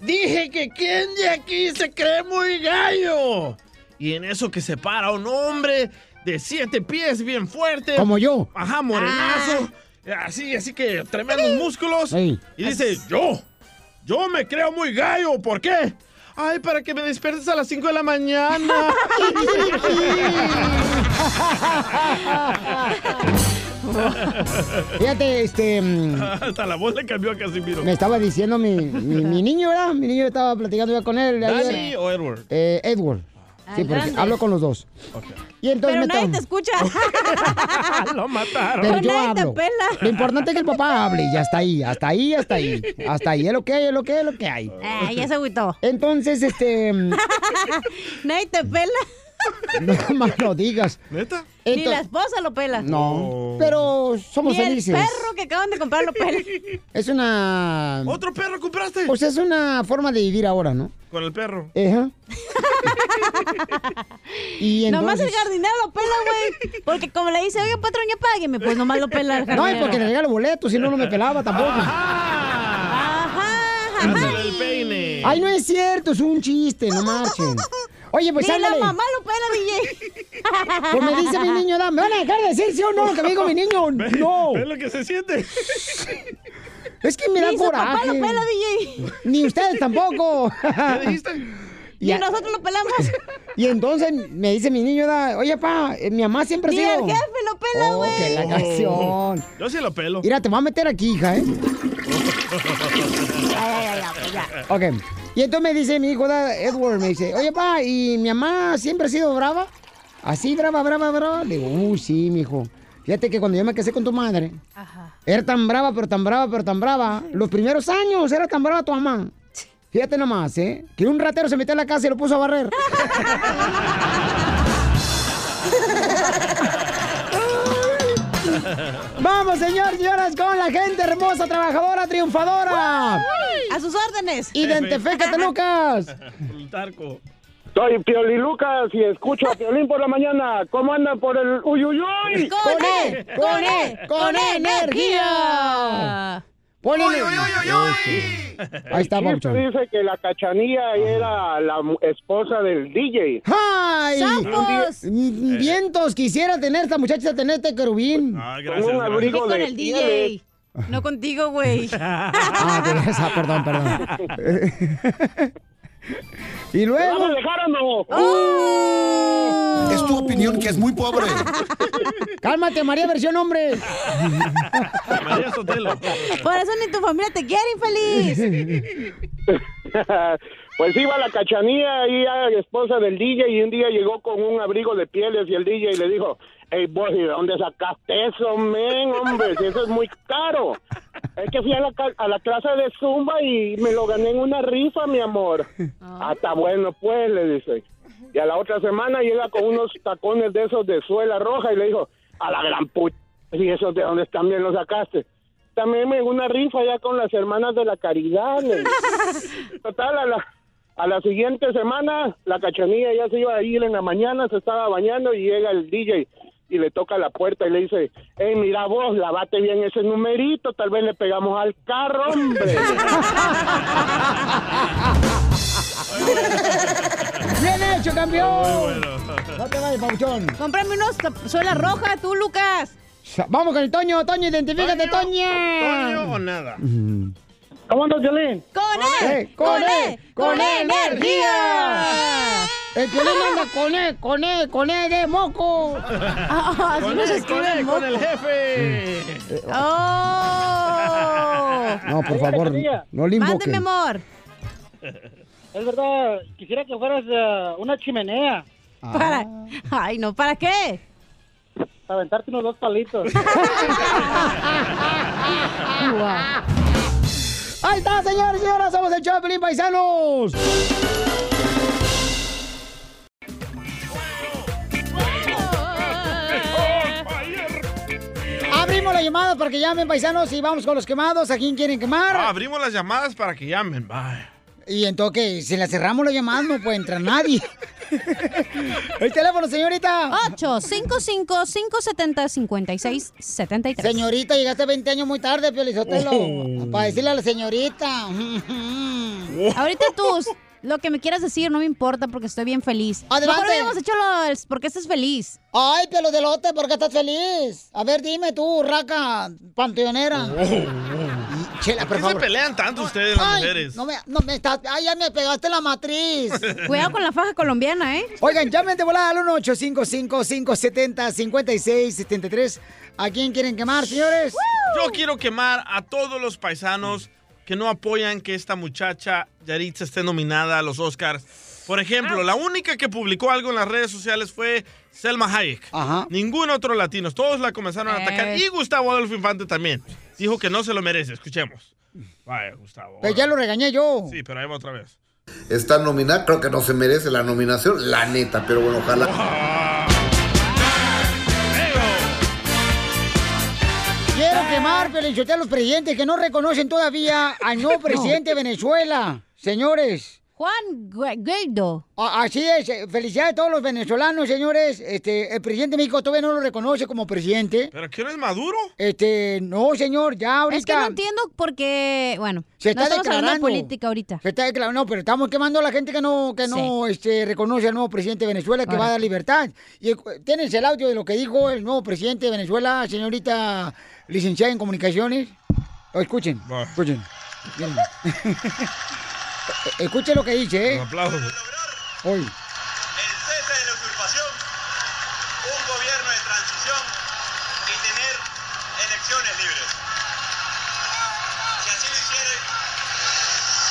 S2: Dije que quién de aquí se cree muy gallo. Y en eso que se para un hombre de siete pies bien fuerte.
S1: Como yo. Ah.
S2: Ajá, morenazo. Así, así que tremendos músculos.
S1: Ey.
S2: Y dice, yo, yo me creo muy gallo. ¿Por qué? Ay, para que me despiertes a las 5 de la mañana.
S1: Fíjate, este... mm,
S2: Hasta la voz le cambió a Casimiro.
S1: Me estaba diciendo mi, mi, mi niño, ¿verdad? Mi niño estaba platicando ya con él.
S2: ¿Dani
S1: ayer.
S2: o Edward?
S1: Eh, Edward. Sí, porque
S13: Hernández.
S1: hablo con los dos. Y entonces me
S13: Pero nadie
S1: estaba-
S13: te escucha.
S2: Lo mataron.
S1: Pero yo
S13: nadie
S1: hablo.
S13: te pela.
S1: Lo importante es que el papá hable y hasta ahí, hasta ahí, hasta ahí. Hasta ahí es lo que hay, es lo que hay, es lo que hay.
S13: Ah, ya se agüitó.
S1: Entonces, este. mm,
S13: Nadie te pela.
S1: No más lo digas.
S2: ¿Neta?
S13: Ni la esposa lo pela.
S1: No. Pero somos
S13: Ni
S1: felices.
S13: el perro que acaban de comprar lo pela.
S1: Es una.
S2: ¿Otro perro compraste?
S1: Pues es una forma de vivir ahora, ¿no?
S2: Con el perro.
S1: Ajá. y entonces...
S13: Nomás el jardinero lo pela, güey. Porque como le dice, oye, patrón, ya págueme, pues nomás lo pela el jardinero.
S1: No, es porque le regalo boletos, si no, no me pelaba tampoco.
S2: Ah, Hazle Ah, el peine.
S1: Ay, no es cierto, es un chiste, no marchen. Oye, pues
S13: Ni la
S1: ándale.
S13: mamá lo pela, DJ.
S1: Pues me dice mi niño, "Da, ¿me van a dejar de decir sí o no? Que me dijo mi niño, no.
S2: ¿Ves lo que se siente?
S1: Es que me da
S13: Ni su
S1: coraje.
S13: papá lo pela, DJ.
S1: Ni ustedes tampoco.
S13: ¿Qué dijiste?
S1: Y,
S13: Ni
S1: a-
S13: nosotros lo pelamos.
S1: y entonces me dice mi niño, "Da, oye, pa, eh, mi mamá siempre ha
S13: Ni
S1: sido...
S13: el jefe lo pela,
S1: Oh,
S13: güey.
S1: que la canción.
S2: Oh. Yo sí lo pelo.
S1: Mira, te voy a meter aquí, hija, ¿eh? Ok. Y entonces me dice mi hijo, da- Edward, me dice, oye, pa, ¿y mi mamá siempre ha sido brava? ¿Así, brava, brava, brava? Le digo, uy, sí, mijo. Fíjate que cuando yo me casé con tu madre, era tan brava, pero tan brava, pero tan brava. Los primeros años era tan brava tu mamá. Fíjate nomás, ¿eh? Que un ratero se metió a la casa y lo puso a barrer. Vamos, señor, señoras, con la gente hermosa, trabajadora, triunfadora.
S13: A sus órdenes.
S1: Identifícate, Lucas.
S2: El tarco.
S9: Soy Pioli Lucas y escucho a Piolín por la mañana. ¿Cómo andan por el uyuyuy?
S1: Con E, con E, con E, energía. Ponle- Ahí está, Papuchón.
S9: Dice que la cachanilla era la mu- esposa del DJ.
S1: ¡Ay!
S9: ¡Sapos!
S1: Mm, Vientos, quisiera tener esta muchacha, tener este querubín.
S13: Ah,
S9: Con un abrigo
S13: con
S9: de
S13: el DJ. No contigo, güey.
S1: Ah, con esa, perdón, perdón. y luego.
S9: ¿Vamos a dejar o no?
S1: ¡Oh! Es tu opinión que es muy pobre. Cálmate, María, versión hombre.
S2: María
S1: Mm.
S2: Sotelo.
S13: Por eso ni tu familia te quiere, infeliz.
S9: pues iba la cachanilla y la esposa del DJ y un día llegó con un abrigo de pieles y el DJ le dijo, hey boy, ¿de dónde sacaste eso, men, hombre? Si eso es muy caro. Es que fui a la, ca- a la clase de Zumba y me lo gané en una rifa, mi amor. Hasta bueno, pues, le dice. Y a la otra semana llega con unos tacones de esos de suela roja y le dijo, a la gran puta, ¿y esos de dónde también los sacaste? también me una rifa ya con las hermanas de la caridad. men. Total, a la, a la siguiente semana, la cachanilla ya se iba a ir en la mañana, se estaba bañando y llega el DJ y le toca la puerta y le dice, hey, mira vos, lavate bien ese numerito, tal vez le pegamos al carro, hombre.
S1: ¡Bien hecho, campeón!
S20: bueno.
S1: No te vayas, Pauchón.
S13: Cómprame unos suela roja, tú, Lucas.
S1: Vamos con el Toño. Toño, identifícate, Toño.
S2: Toño o nada.
S1: ¿Cómo andas, Violín?
S13: ¡Con E,
S1: él! Eh, ¡Con él! ¡Con energía! El Violín anda con él, con él, con él de moco. E
S13: Ah,
S20: así Con nos él, escribe con él, el con moco. el jefe.
S1: Mm. No, por favor, no le
S13: Oh. Mándeme,
S1: invoquen.
S13: amor.
S15: Es verdad, quisiera que fueras eh, una chimenea.
S1: Ah.
S13: Para. Ay, no, ¿para qué?
S15: Para aventarte unos dos palitos.
S1: Ahí está, señores y señoras, somos el show de Pelín Paisanos. Abrimos la llamada para que llamen paisanos y vamos con los quemados. ¿A quién quieren quemar?
S2: Ah, abrimos las llamadas para que llamen. Bye.
S1: Y entonces, si la cerramos la llamada, no puede entrar nadie. El teléfono, señorita.
S13: 855-570-5673.
S1: Señorita, llegaste 20 años muy tarde, Piolizotelo.
S13: Oh.
S1: Para decirle a la señorita.
S13: Ahorita tú, lo que me quieras decir no me importa porque estoy bien feliz.
S1: Adelante.
S13: Mejor habíamos hecho los porque estás feliz.
S1: Ay, pelo de lote, ¿por qué estás feliz? A ver, dime tú, raca panteonera.
S2: Oh.
S1: Chela,
S2: ¿Por
S1: por
S2: qué
S1: favor.
S2: se pelean tanto ustedes las
S1: Ay,
S2: mujeres?
S1: No me, no me estás. Ay, ya me pegaste la matriz.
S2: Cuidado con
S13: la faja colombiana, ¿eh?
S1: Oigan, llamen de volada al 1-855-570-5673. ¿A quién quieren quemar, señores?
S2: Yo quiero quemar a todos los paisanos que no apoyan que esta muchacha Yaritza esté nominada a los Oscars. Por ejemplo, la única que publicó algo en las redes sociales fue Selma Hayek. Ningún otro latino. Todos la comenzaron a
S1: Eh.
S2: atacar. Y Gustavo Adolfo Infante también. Dijo que no se lo merece. Escuchemos. Vaya, Gustavo.
S1: Pero Pues ya lo regañé yo.
S2: Sí, pero ahí va otra vez.
S21: está nominada, creo que no se merece la nominación, la neta, pero bueno, ojalá.
S1: Quiero quemar, Piolichotelo, a los presidentes que no reconocen todavía al nuevo presidente de Venezuela. Señores.
S13: Juan Guaidó.
S1: Así es, eh, felicidades a todos los venezolanos, señores. Este, el presidente de México todavía no lo reconoce como presidente.
S2: ¿Pero quién es Maduro?
S1: Este, no, señor, ya ahorita.
S13: Es que no entiendo por qué, bueno,
S1: Se
S13: no
S1: está
S13: estamos hablando de
S1: declarando.
S13: política ahorita.
S1: Se está declarando, no, pero estamos quemando a la gente que no, que no este, reconoce al nuevo presidente de Venezuela que va a dar libertad. Y eh, tienes el audio de lo que dijo el nuevo presidente de Venezuela, señorita licenciada en comunicaciones. Lo escuchen, escuchen. Miren. escuchen lo que dice, ¿eh?
S2: aplauso.
S1: Hoy.
S22: cese de la usurpación, un gobierno de transición y tener elecciones libres. Si así lo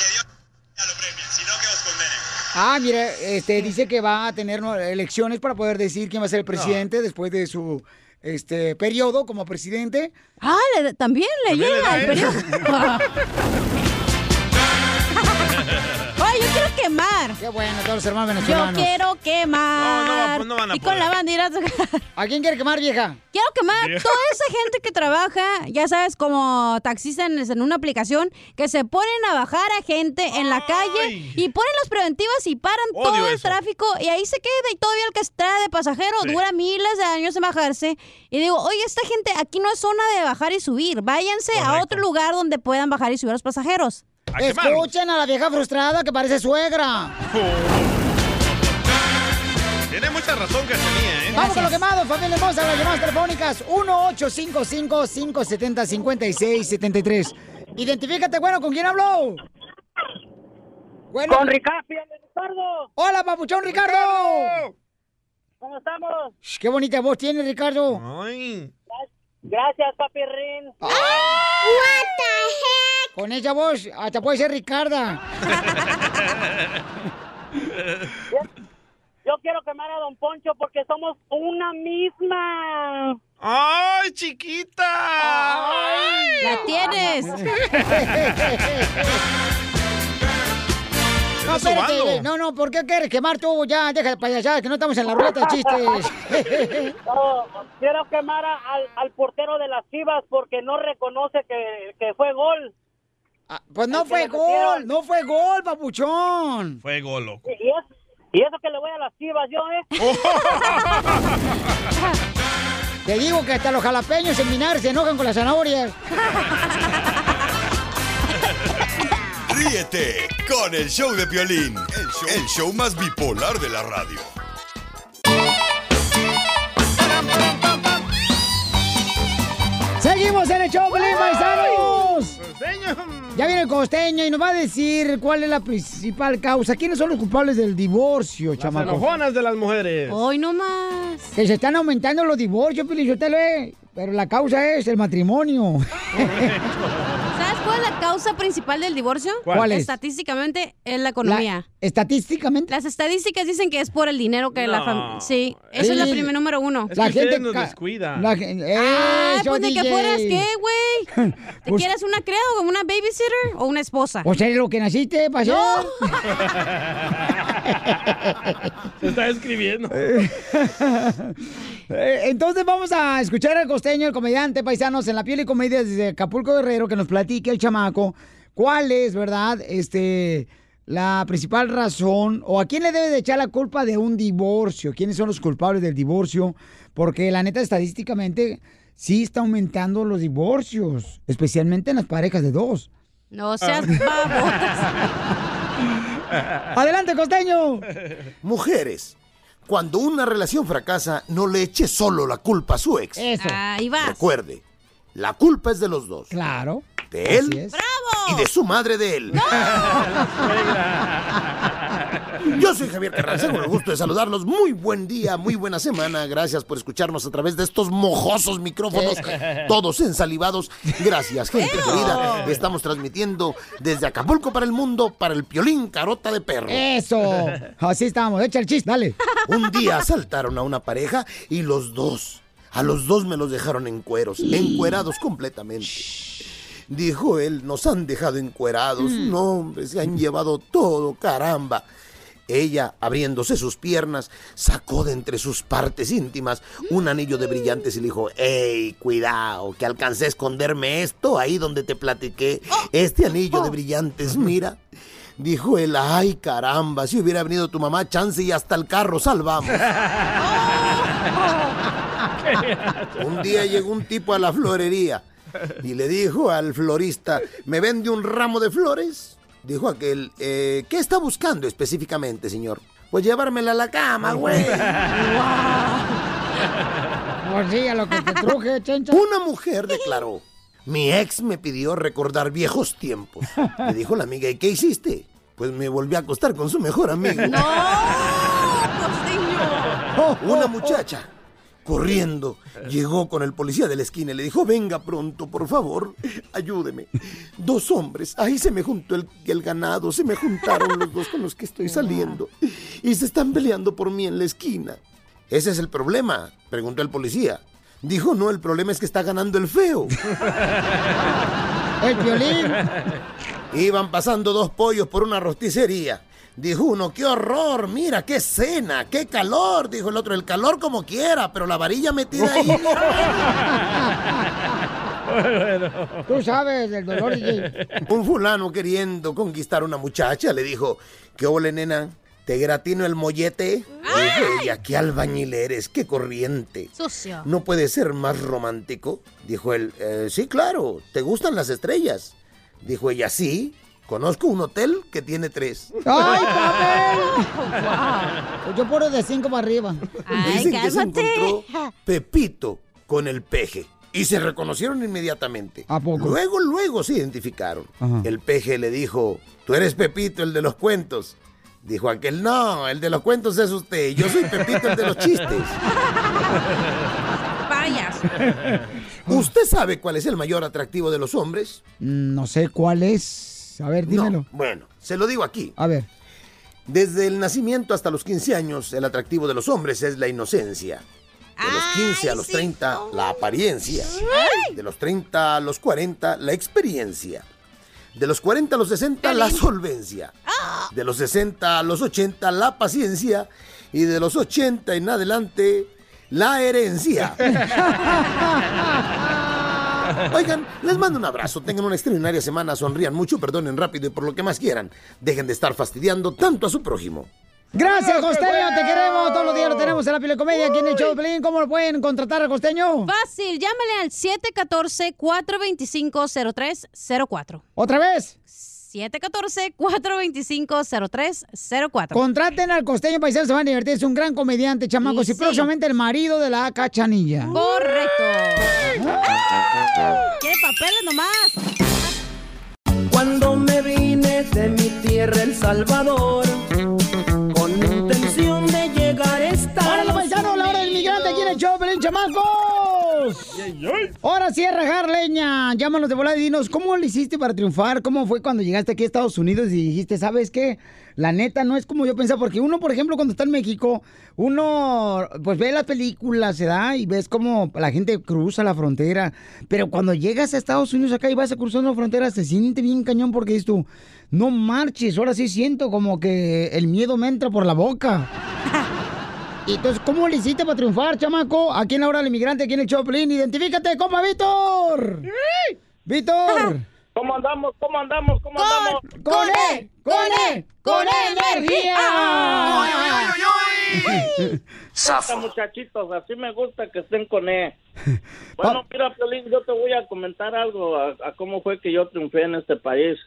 S22: hicieren, que Dios ya lo premie, sino que os condenen.
S1: Ah, mira, este dice que va a tener no, elecciones para poder decir quién va a ser el presidente después de su este periodo como presidente.
S13: Ah, también le
S1: También le
S13: llega
S1: da
S13: el
S1: eso.
S13: periodo. Ay, yo quiero quemar.
S1: Qué bueno, todos los hermanos
S13: Yo
S1: venezolanos.
S13: quiero quemar.
S1: No, no va- no van a
S13: Y con
S1: poder.
S13: la bandera.
S1: ¿A quién quiere quemar, vieja?
S13: Quiero quemar
S1: Vieja.
S13: toda esa gente que trabaja, ya sabes, como taxistas en, en una aplicación, que se ponen a bajar a gente en la calle y ponen las preventivas y paran
S20: Odio
S13: todo el
S20: eso.
S13: tráfico y ahí se queda y todavía el que está de pasajero
S20: Sí.
S13: dura miles de años en bajarse. Y digo, oye, esta gente aquí no es zona de bajar y subir, váyanse a otro lugar donde puedan bajar y subir a los pasajeros.
S1: Escuchen a la vieja frustrada que parece suegra.
S2: Tiene mucha razón, Cachanía, ¿eh?
S1: Vamos con lo quemado, familia hermosa, las llamadas telefónicas 1-855-570-5673. Identifícate, bueno, ¿con quién habló?
S15: Con Ricardo,
S1: Ricardo. Hola, papuchón Ricardo.
S15: ¿Cómo estamos?
S1: Sh, Qué bonita voz tiene, Ricardo. Ah.
S15: Gracias, papirrín.
S1: Con esa voz hasta puede ser Ricarda.
S15: Yo quiero quemar a Don Poncho porque somos una misma.
S2: ¡Ay, chiquita!
S13: La tienes.
S1: no, espérate. No, no, ¿por qué quieres quemar tú? Ya, deja de payasadas, que no estamos en la ruleta de chistes.
S23: No, quiero quemar a- al, al portero de las Chivas porque no reconoce que, que fue gol.
S1: pues no
S23: El que
S1: fue
S23: le
S1: gol,
S23: metieron.
S1: no fue gol, papuchón.
S2: Fue golo.
S23: Y eso, y eso que le voy a las Chivas yo, ¿eh?
S1: Te digo que hasta los jalapeños en Minar se enojan con las zanahorias.
S7: Ríete con el show de Piolín, el show, el show más bipolar de la radio.
S1: Seguimos en el show, Pelín, paisanos. Ya viene el costeño y nos va a decir cuál es la principal causa. ¿Quiénes son los culpables del divorcio, chamaco?
S2: enojonas de las mujeres.
S1: Hoy no más. Que se están aumentando los divorcios, Pilichotelo, eh. Pero la causa es el matrimonio.
S13: ¿Sabes cuál es la causa principal del divorcio?
S1: ¿Cuál? ¿Cuál es?
S13: Estadísticamente es la economía.
S1: La- estadísticamente.
S13: Las estadísticas dicen que es por el dinero que la
S1: No.
S13: familia... Sí, eso es la
S1: Sí.
S13: primer número uno.
S1: ca- La gen-
S13: Ah,
S1: Eso,
S13: pues de que
S1: DJ.
S13: fueras qué, güey. ¿Te
S1: Pues-
S13: quieres una criada o una babysitter o una esposa?
S1: O sea, ¿es lo que naciste, pasó.
S2: Se está escribiendo.
S1: Eh, Entonces vamos a escuchar al costeño, el comediante, paisanos, en la piel y comedia desde Acapulco Guerrero, que nos platique el chamaco cuál es, ¿verdad? Este, la principal razón o a quién le debe de echar la culpa de un divorcio, quiénes son los culpables del divorcio, porque la neta estadísticamente sí está aumentando los divorcios, especialmente en las parejas de dos.
S13: No seas babotas.
S1: Adelante, costeño.
S14: Mujeres, cuando una relación fracasa, no le eche solo la culpa a su ex.
S13: Eso. Ahí vas.
S14: Recuerde, la culpa es de los dos.
S1: Claro.
S14: De él
S1: Así
S14: y de su madre de él. Yo soy Javier Carranza, con el gusto de saludarlos. Muy buen día, muy buena semana. Gracias por escucharnos a través de estos mojosos micrófonos, todos ensalivados. Gracias, gente querida. Estamos transmitiendo desde Acapulco para el mundo, para el piolín carota de perro.
S1: Eso. Así estamos. Echa el chiste, dale.
S14: Un día asaltaron a una pareja y los dos, a los dos me los dejaron en cueros, encuerados completamente. Dijo él, nos han dejado encuerados,
S4: Mm.
S14: no hombre, se han llevado todo, caramba. Ella, abriéndose sus piernas, sacó de entre sus partes íntimas un anillo de brillantes y le dijo, ¡Ey, cuidado, que alcancé a esconderme esto ahí donde te platiqué! Este anillo de brillantes, mira. Dijo él, ¡ay, caramba! Si hubiera venido tu mamá, chance y hasta el carro salvamos. Un día llegó un tipo a la florería y le dijo al florista, ¿me vende un ramo de flores? Dijo aquel, "Eh, ¿qué está buscando específicamente, señor? Pues llevármela a la cama, güey. Una mujer declaró, mi ex me pidió recordar viejos tiempos. Le dijo la amiga, ¿y qué hiciste? Pues me volví a acostar con su mejor amigo. Una muchacha, corriendo, llegó con el policía de la esquina y le dijo, venga pronto, por favor, ayúdeme. Dos hombres, ahí se me juntó el, el ganado, se me juntaron los dos con los que estoy saliendo y se están peleando por mí en la esquina. ¿Ese es el problema? Preguntó el policía. Dijo, no, el problema es que está ganando el feo.
S1: El violín.
S14: Iban pasando dos pollos por una rosticería. Dijo uno, qué horror, mira, qué cena, qué calor. Dijo el otro, el calor como quiera, pero la varilla metida ahí.
S1: Tú sabes el dolor, DJ.
S14: Un fulano queriendo conquistar a una muchacha le dijo, ¿qué ole, nena? ¿Te gratino el mollete? Dijo ella, qué albañil eres, qué corriente.
S13: Sucio.
S14: ¿No puede ser más romántico? Dijo él, "Eh, sí, claro, ¿te gustan las estrellas? Dijo ella, sí, conozco un hotel que tiene tres.
S1: ¡Ay, papel! Pues Yo puro de cinco para arriba.
S14: Dicen que se encontró Pepito con el peje. Y se reconocieron inmediatamente. ¿A poco? Luego, luego se identificaron. El peje le dijo, tú eres Pepito, el de los cuentos. Dijo aquel, no, el de los cuentos es usted. Yo soy Pepito, el de los chistes.
S13: Vayas.
S14: ¿Usted sabe cuál es el mayor atractivo de los hombres?
S1: Mm, No sé cuál es. A ver, dímelo.
S14: Bueno, se lo digo aquí.
S1: A ver.
S14: Desde el nacimiento hasta los 15 años, el atractivo de los hombres es la inocencia. De los 15 a los 30, la apariencia. De los 30 a los 40, la experiencia. De los 40 a los 60, la solvencia. De los 60 a los 80, la paciencia. Y de los 80 en adelante, la herencia. Oigan, les mando un abrazo. Tengan una extraordinaria semana. Sonrían mucho, perdonen rápido y por lo que más quieran. Dejen de estar fastidiando tanto a su prójimo.
S1: Gracias, Costeño, te queremos. Todos los días lo tenemos en la Pile Comedia aquí en el show de Pelín. ¿Cómo lo pueden contratar a Costeño?
S13: Fácil, llámale al 714-425-0304.
S1: ¿Otra vez?
S13: 714-425-0304.
S1: Contraten al Costeño Paisano, se van a divertir. Es un gran comediante, chamacos.
S13: Y
S1: Y,
S13: sí.
S1: próximamente el marido de la cachanilla.
S13: Correcto. ¿Qué papeles nomás?
S4: Cuando me vine de mi tierra El Salvador, con intención de llegar a Estados
S1: ¡Órale, paisano! ¡La hora del migrante aquí en el show, Pelín, chamacos!
S15: Ah,
S1: Ahora sí, a rajar leña. Llámanos de volada y dinos, ¿cómo le hiciste para triunfar? ¿Cómo fue cuando llegaste aquí a Estados Unidos y dijiste, ¿sabes qué? La neta no es como yo pensaba, porque uno, por ejemplo, cuando está en México, uno pues ve las películas, se da y ves cómo la gente cruza la frontera. Pero cuando llegas a Estados Unidos acá y vas a cruzar la frontera, se siente bien cañón porque dices tú, no marches, ahora sí siento como que el miedo me entra por la boca. Y Entonces, ¿cómo le hiciste para triunfar, chamaco? Aquí en la hora del inmigrante, aquí en el Choplin. Identifícate, compa Víctor. Víctor.
S24: ¿Cómo andamos? ¿Cómo andamos? ¿Cómo andamos?
S1: ¡Con él! ¡Con E. él! ¡Con energía!
S24: Esta muchachitos, así me gusta que estén con él. Bueno, mira, Piolín, yo te voy a comentar algo a, a cómo fue que yo triunfé en este país.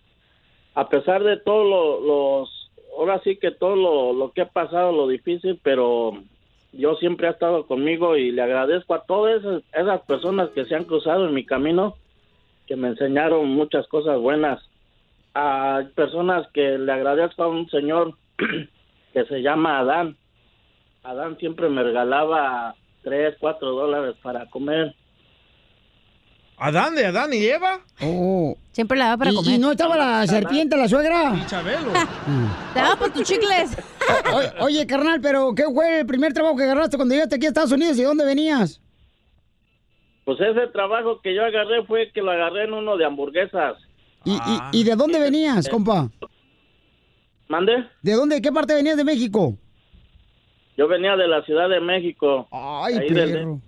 S24: A pesar de todo lo- los, ahora sí que todo lo, lo que ha pasado, lo difícil, pero yo siempre ha estado conmigo y le agradezco a todas esas, esas personas que se han cruzado en mi camino, que me enseñaron muchas cosas buenas. A personas que le agradezco a un señor que se llama Adán. Adán siempre me regalaba tres, cuatro dólares para comer.
S2: ¿Adán de Adán y Eva?
S1: Oh.
S13: Siempre la va para
S1: ¿Y,
S13: comer.
S1: ¿Y no estaba la serpiente, la suegra?
S2: Y Chabelo.
S13: Te va por tus chicles.
S1: Oye, oye, carnal, pero ¿qué fue el primer trabajo que agarraste cuando llegaste aquí a Estados Unidos y de dónde venías?
S24: Pues ese trabajo que yo agarré fue que lo agarré en uno de hamburguesas.
S1: ¿Y,
S24: Ah.
S1: y, y de dónde venías, compa?
S24: Eh. ¿Mande?
S1: ¿De dónde, qué parte venías de México?
S24: Yo venía de la Ciudad de México.
S1: Ay,
S24: ahí del-
S1: perro.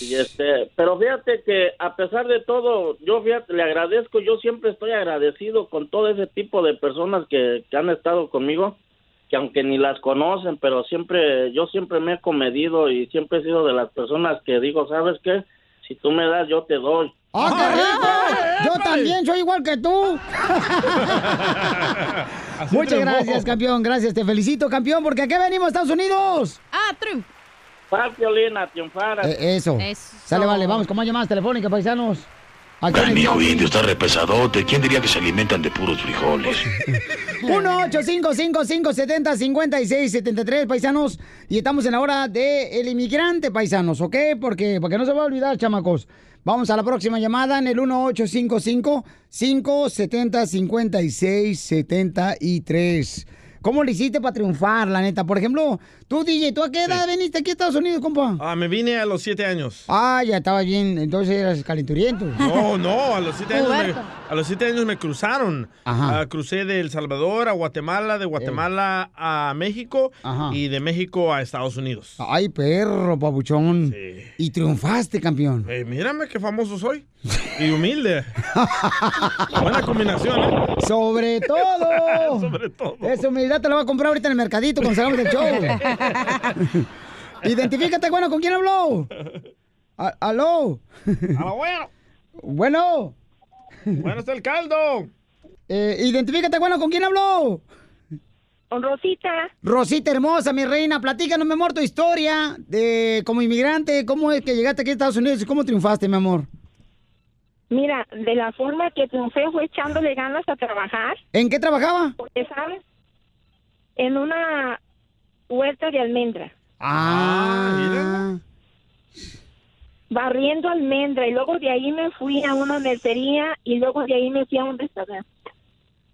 S24: y este, pero fíjate que a pesar de todo, yo fíjate, le agradezco, yo siempre estoy agradecido con todo ese tipo de personas que, que han estado conmigo, que aunque ni las conocen, pero siempre, yo siempre me he comedido y siempre he sido de las personas que digo, ¿sabes qué? Si tú me das, yo te doy.
S1: ¡Ah, qué
S24: Eh,
S1: rico!
S24: pues.
S1: Yo también soy igual que tú. Muchas gracias, campeón. Gracias, te felicito, campeón, porque aquí venimos a Estados Unidos.
S13: Ah, triunf.
S24: Para Piolín, a triunfar.
S1: Eh, eso. Sale, vale, vamos con más llamadas telefónicas, paisanos. Aquí en el
S5: Mío
S1: show.
S5: indio está repesadote. ¿Quién diría que se alimentan de puros frijoles?
S1: 1-855-570-5673, paisanos. Y estamos en la hora de El Inmigrante, paisanos, ¿ok? Porque, porque no se va a olvidar, chamacos. Vamos a la próxima llamada en el 1-855-570-5673. ¿Cómo le hiciste para triunfar, la neta? Por ejemplo, tú, DJ, ¿tú a qué edad viniste aquí a Estados Unidos, compa?
S2: Ah, me vine a los siete años.
S1: Ah, ya estaba bien, entonces eras calenturiento.
S2: No, no, a los siete años me,
S1: Puberto.
S2: a los siete años me cruzaron. Ah, crucé de El Salvador a Guatemala, de Guatemala a México
S1: Ajá. Ah.
S2: y de México a Estados Unidos.
S1: Ay, perro, pabuchón. Y triunfaste, campeón.
S2: Eh, mírame qué famoso soy. Y humilde. Buena combinación, ¿eh?
S1: Sobre todo. Sobre todo. Esa humildad te la va a comprar ahorita en el mercadito cuando salgamos del show. Identifícate, bueno, ¿con quién habló? A- ¿Aló?
S2: Ah, bueno.
S1: Bueno. Eh,
S2: Bueno está el caldo.
S1: identifícate, bueno, ¿con quién habló?
S18: Con Rosita.
S1: Rosita hermosa, mi reina, platícanos, mi amor, tu historia de como inmigrante, cómo es que llegaste aquí a Estados Unidos y cómo triunfaste, mi amor.
S18: Mira, de la forma que triunfé fue echándole ganas a trabajar.
S1: ¿En qué trabajaba?
S18: Porque, ¿sabes? En una huerta de almendra.
S1: Ah,
S18: barriendo almendra y luego de ahí me fui a una mercería y luego de ahí me fui a un restaurante.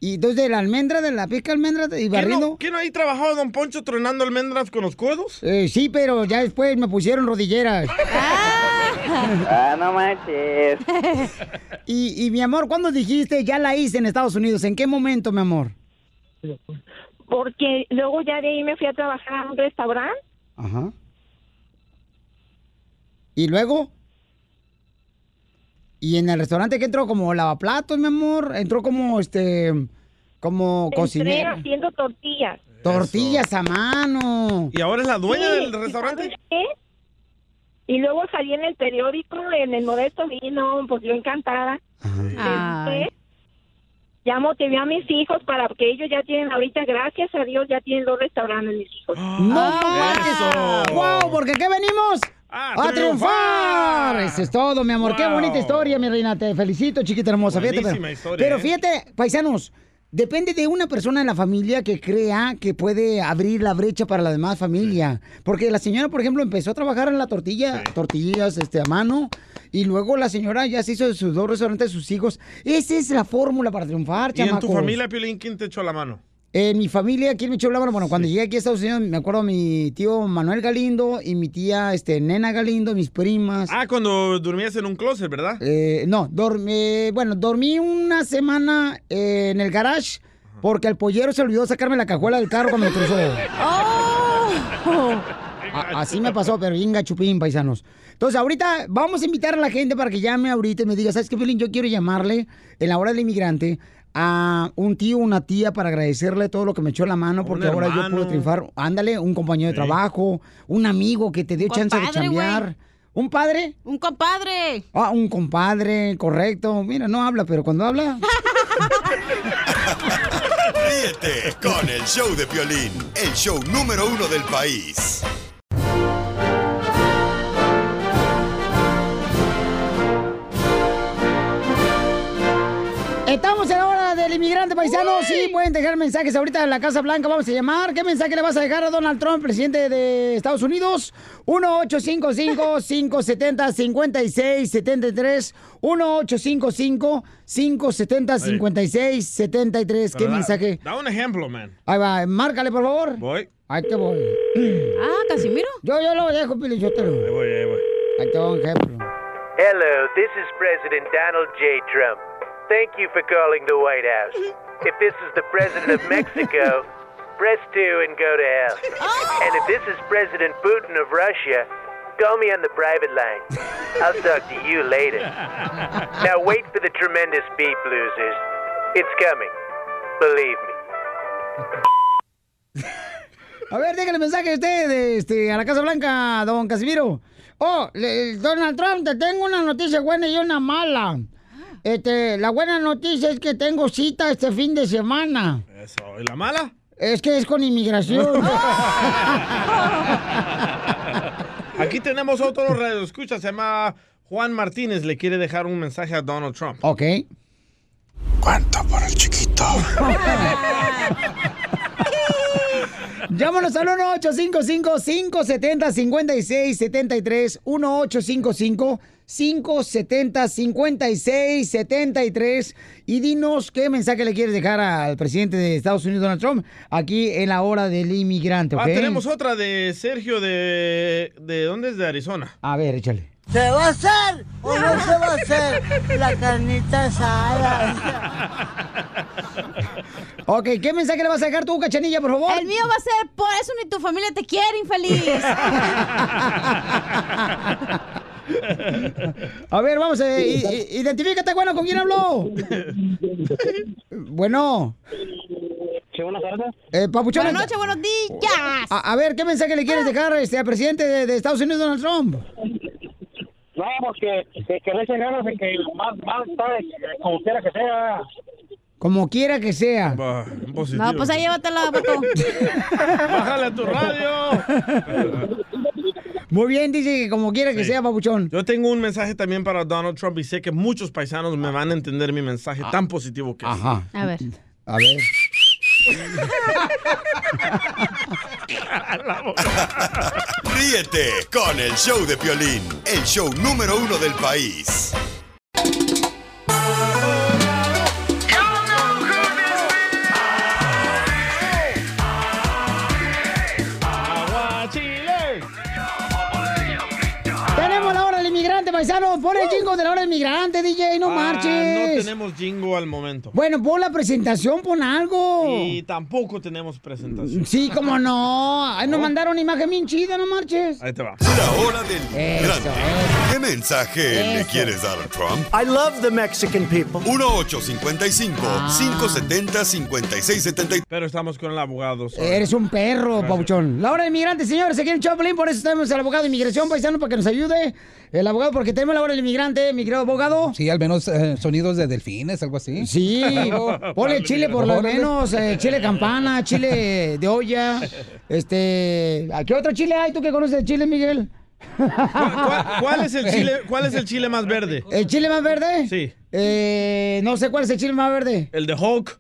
S1: Y entonces de la almendra, de la pica almendra y
S2: ¿Qué
S1: barriendo.
S2: no, ¿Qué no ahí trabajaba Don Poncho tronando almendras con los codos?
S1: Eh, sí, pero ya después me pusieron rodilleras.
S2: Ah,
S1: no manches. Y, y, mi amor, ¿cuándo dijiste ya la hice en Estados Unidos? ¿En qué momento, mi amor?
S25: porque luego ya de ahí me fui a trabajar a un restaurante.
S1: Ajá. ¿Y luego? ¿Y en el restaurante que entró como lavaplatos, mi amor? Entró como este como
S25: Entré
S1: cocinera.
S25: haciendo tortillas.
S1: Tortillas a mano.
S2: ¿Y ahora es la dueña
S25: Sí,
S2: del
S25: ¿y
S2: restaurante?
S25: sabes qué? Y luego salí en el periódico, en el modesto vino, pues yo encantada. Después, ya motivé a mis hijos para que ellos ya tienen ahorita, gracias a Dios, ya tienen dos restaurantes mis hijos.
S1: ¡No
S2: Ah,
S1: marches! ¡Wow! Porque qué venimos a, triunfar. Eso es todo, mi amor. Qué
S12: Wow.
S1: bonita historia, mi reina. Te felicito, chiquita hermosa. Fíjate,
S12: Buenísima
S1: pero,
S12: historia,
S1: pero
S12: ¿eh?
S1: fíjate, paisanos, depende de una persona en la familia que crea que puede abrir la brecha para la demás familia. Porque la señora, por ejemplo, empezó a trabajar en la tortilla, tortillas este, a mano. Y luego la señora ya se hizo de sus dos restaurantes de sus hijos. Esa es la fórmula para triunfar,
S2: ¿Y en tu
S1: chamacos.
S2: familia, Piolín, quién te echó la mano?
S1: En mi familia, aquí en Michoacán, bueno, cuando llegué aquí a Estados Unidos, me acuerdo mi tío Manuel Galindo y mi tía este, Nena Galindo, mis primas.
S2: Ah, cuando dormías en un closet, ¿verdad?
S1: Eh, no, dorm- eh, bueno, dormí una semana eh, en el garage porque el pollero se olvidó sacarme la cajuela del carro cuando me cruzó.
S15: Oh.
S1: A- así me pasó, pero venga chupín, paisanos. Entonces, ahorita vamos a invitar a la gente para que llame ahorita y me diga, ¿sabes qué, Pelín? Yo quiero llamarle en la hora del inmigrante a un tío, una tía para agradecerle todo lo que me echó la mano porque ahora yo
S12: hermano.
S1: puedo triunfar. Ándale, un compañero de trabajo, un amigo que te dio chance de
S13: compadre, güey.
S1: chambear. ¿Un padre?
S13: Un compadre.
S1: Ah, un compadre, correcto. Mira, no habla, pero cuando habla...
S7: Ríete con el show de Piolín, el show número uno del país.
S1: Estamos en la hora del inmigrante paisano. Sí, pueden dejar mensajes ahorita en la Casa Blanca. Vamos a llamar. ¿Qué mensaje le vas a dejar a Donald Trump, presidente de Estados Unidos? 1-855-570-5673. 1-855-570-5673. ¿Qué
S2: Pero da-
S1: mensaje?
S2: Da un ejemplo, man.
S1: Ahí va, márcale, por favor.
S2: Voy.
S1: Ahí te voy. Ah, Casimiro. Yo, yo lo dejo, Pilichotero.
S2: Ahí voy, ahí voy.
S1: Ahí te va un ejemplo.
S26: Hello, this is President Donald J. Trump. Thank you for calling the White House. If this is the President of Mexico, press 2 and go to hell. And if this is President Putin of Russia, call me on the private line. I'll talk to you later. Now wait for the tremendous beep, losers. It's coming. Believe me.
S1: A ver, déjale mensaje a usted de, este, a la Casa Blanca, don Casimiro. Oh, le- Donald Trump, te tengo una noticia buena y una mala. Este, la buena noticia es que tengo cita este fin de semana.
S2: Eso. ¿Y la mala?
S1: Es que es con inmigración.
S2: Aquí tenemos otro radio. Escucha, se llama Juan Martínez. Le quiere dejar un mensaje a Donald Trump.
S1: Ok.
S2: ¿Cuánto por el chiquito?
S1: Llámanos al 1-855-570-5673. 1-855-570-5673. Y dinos qué mensaje le quieres dejar al presidente de Estados Unidos, Donald Trump, aquí en la hora del inmigrante.
S2: Ah,
S1: ¿ok?
S2: tenemos otra de Sergio de... ¿De dónde es? De Arizona.
S1: A ver, échale.
S15: ¿Se va a hacer o no se va a hacer la carnita asada?
S1: Ok, ¿qué mensaje le vas a dejar tú, Cachanilla, por favor?
S13: El mío va a ser, por eso ni tu familia te quiere, infeliz.
S1: A ver, vamos, eh, i- i- identifícate, bueno, ¿con quién habló? bueno.
S4: Sí, buenas tardes.
S1: Eh, Papuchón.
S4: Buenas noches, Ah.
S1: buenos días. A, a ver, ¿qué mensaje le quieres dejar este, al presidente de, de Estados Unidos, Donald Trump?
S4: No, porque que, que le echen ganas de que más mal sabe, como quiera que sea.
S1: Como quiera que sea.
S13: No, pues ahí llévatela, vato.
S2: Bájale a tu radio.
S1: Muy bien, dice que como quiera que sea, papuchón.
S2: Yo tengo un mensaje también para Donald Trump y sé que muchos paisanos me van a entender mi mensaje tan positivo que es.
S1: Ah.
S2: Ah,
S1: Ajá.
S13: A ver.
S1: A ver.
S7: Ríete con el show de Piolín, el show número uno del país.
S1: Tenemos la hora del inmigrante, paisanos, pon el jingo de la hora del migrante, DJ, no
S2: Ah, No
S1: marches.
S2: tenemos jingo al momento.
S1: Bueno, pon la presentación, pon algo.
S2: Y tampoco tenemos presentación.
S1: Sí, cómo no. Ahí
S2: Oh.
S1: nos mandaron imagen bien chida, no marches.
S2: Ahí te va.
S7: La hora del migrante. ¿Qué mensaje le
S1: Eso.
S7: quieres dar a Trump? I love the Mexican people. 1855-570-5673.
S2: Pero estamos con el abogado.
S1: Eres un perro,
S2: Gracias.
S1: Pauchón. La hora del migrante, señores, aquí en Choplin, por eso tenemos al abogado de inmigración paisano para que nos ayude. El abogado, porque tenemos la hora del migrante, mi querido abogado.
S17: Sí, al menos eh, sonidos de delfines, algo así.
S1: Sí, ponle chile por lo
S17: Órale.
S1: menos, eh, chile campana, chile de olla, este... ¿a ¿Qué otro chile hay tú que conoces de chile, Miguel? Ah,
S2: ¿Cuál es el chile, cuál es el chile más verde?
S1: ¿El chile más verde?
S2: Sí.
S1: Eh, no sé cuál es el chile más verde.
S2: El de Hulk.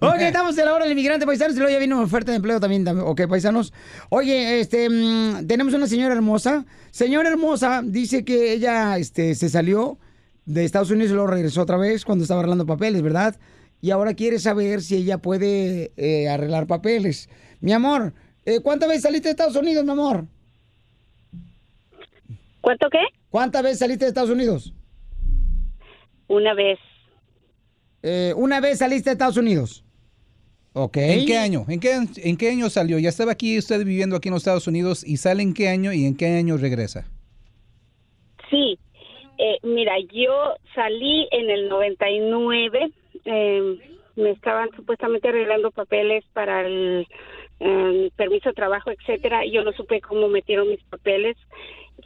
S1: Ok, estamos en la hora del inmigrante, paisanos, y luego ya viene una oferta de empleo también, tam- ok, paisanos. Oye, este, mm, tenemos una señora hermosa. Señora hermosa dice que ella, este, se salió de Estados Unidos y luego regresó otra vez cuando estaba arreglando papeles, ¿verdad? Y ahora quiere saber si ella puede eh, arreglar papeles. Mi amor, eh, ¿cuántas veces saliste de Estados Unidos, mi amor?
S25: ¿Cuánto qué?
S1: ¿Cuántas veces saliste de Estados Unidos?
S25: Una vez.
S1: Eh, una vez saliste de Estados Unidos. Ok.
S17: ¿En qué año? ¿En qué, ¿En qué año salió? Ya estaba aquí usted viviendo aquí en los Estados Unidos y sale en qué año y en qué año regresa.
S25: Sí. Eh, mira, yo salí en el 99. eh, me estaban supuestamente arreglando papeles para el eh, permiso de trabajo, etcétera. Yo no supe cómo metieron mis papeles.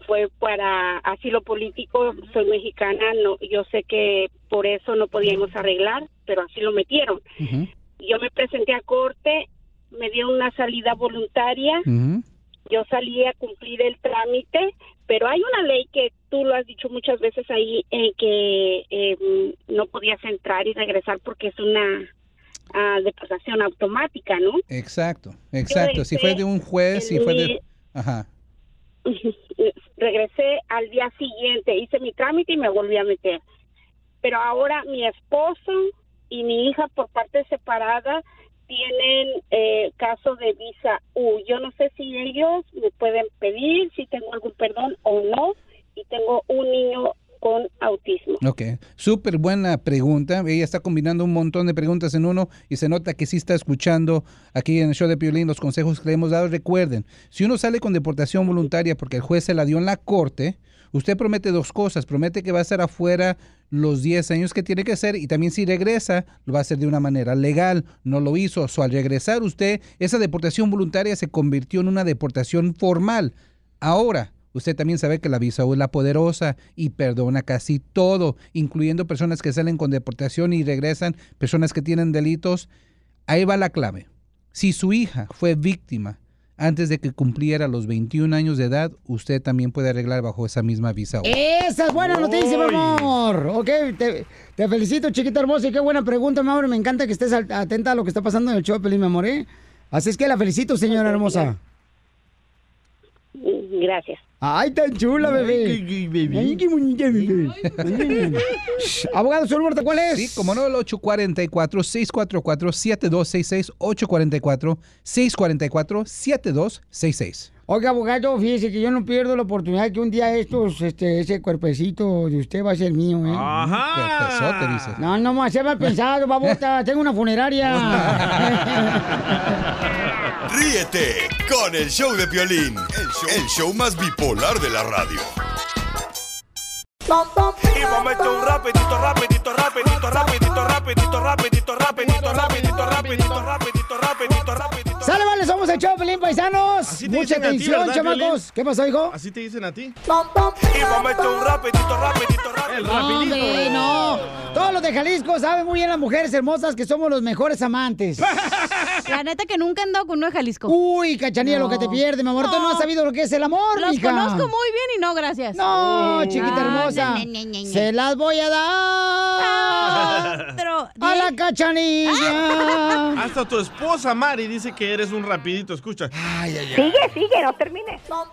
S25: Fue para asilo político. Soy mexicana. No, yo sé que por eso no podíamos arreglar, pero así lo metieron. Yo me presenté a corte. Me dieron una salida voluntaria. yo salí a cumplir el trámite, pero hay una ley que tú lo has dicho muchas veces ahí, en que eh, no podías entrar y regresar porque es una ah, deportación automática, ¿no?
S17: Exacto, exacto. Si fue de un juez, si fue de... Ajá.
S25: Regresé al día siguiente, hice mi trámite y me volví a meter. Pero ahora mi esposo y mi hija por parte separada tienen eh, caso de visa U. Yo no sé si ellos me pueden pedir si tengo algún perdón o no. Y tengo un niño con autismo.
S17: Ok, súper buena pregunta. Ella está combinando un montón de preguntas en uno y se nota que sí está escuchando aquí en el show de Piolín los consejos que le hemos dado. Recuerden, si uno sale con deportación voluntaria porque el juez se la dio en la corte, usted promete dos cosas. Promete que va a estar afuera los 10 años que tiene que ser y también si regresa lo va a hacer de una manera legal. No lo hizo. So, al regresar usted, esa deportación voluntaria se convirtió en una deportación formal. Ahora, usted también sabe que la visa U es la poderosa y perdona casi todo, incluyendo personas que salen con deportación y regresan, personas que tienen delitos. Ahí va la clave. Si su hija fue víctima antes de que cumpliera los 21 años de edad, usted también puede arreglar bajo esa misma visa U.
S1: Esa es buena noticia, mi
S17: Uy.
S1: amor. Ok, te, te felicito, chiquita hermosa. Y qué buena pregunta, mi amor. Me encanta que estés al- atenta a lo que está pasando en el show, de Pelín, mi amor. ¿eh? Así es que la felicito, señora hermosa.
S25: Gracias.
S1: Ay, tan chula, bebé. Ay, qué bonita, bebé. Shh, Abogado, su número, ¿cuál es?
S17: Sí, como no, el 844-644-7266, 844-644-7266.
S1: Oiga, abogado, fíjese que yo no pierdo la oportunidad que un día estos, este, ese cuerpecito de usted va a ser mío, ¿eh?
S17: Ajá. Cuerpezote, dice.
S1: No, no, más, se me ha pensado, babota. Tengo una funeraria.
S7: Ríete con el show de Piolín, el show, el show más bipolar de la radio.
S8: Y vamos a meter un rapidito, rapidito, rapidito, rapidito, rapidito, rapidito, rapidito, rapidito, rapidito, rapidito, rapidito, rapidito.
S1: ¡Sale, vale! Somos el show, Pelín, paisanos.
S8: te
S1: Mucha
S8: dicen a ti,
S1: atención,
S8: ¿verdad,
S1: chamacos.
S8: Piolín?
S1: ¿Qué pasó, hijo?
S2: ¿Así te dicen a
S8: Y
S2: ti?
S8: vamos a meter un rapidito, rapidito, rapidito.
S1: No, hombre, no. Todos los de Jalisco saben muy bien las mujeres hermosas que somos los mejores amantes.
S27: La neta que nunca he andado con uno de Jalisco.
S1: Uy, cachanilla, lo que te pierde, mi amor. Tú no has sabido lo que es el amor,
S27: Los
S1: mija.
S27: conozco muy bien y no, gracias.
S1: No, chiquita hermosa. Se las voy a
S27: Ah.
S1: dar. A la cachanilla.
S2: Hasta tu esposa Mari dice que eres un rapidito, escucha.
S8: Sigue,
S25: sigue, no termines.
S1: No,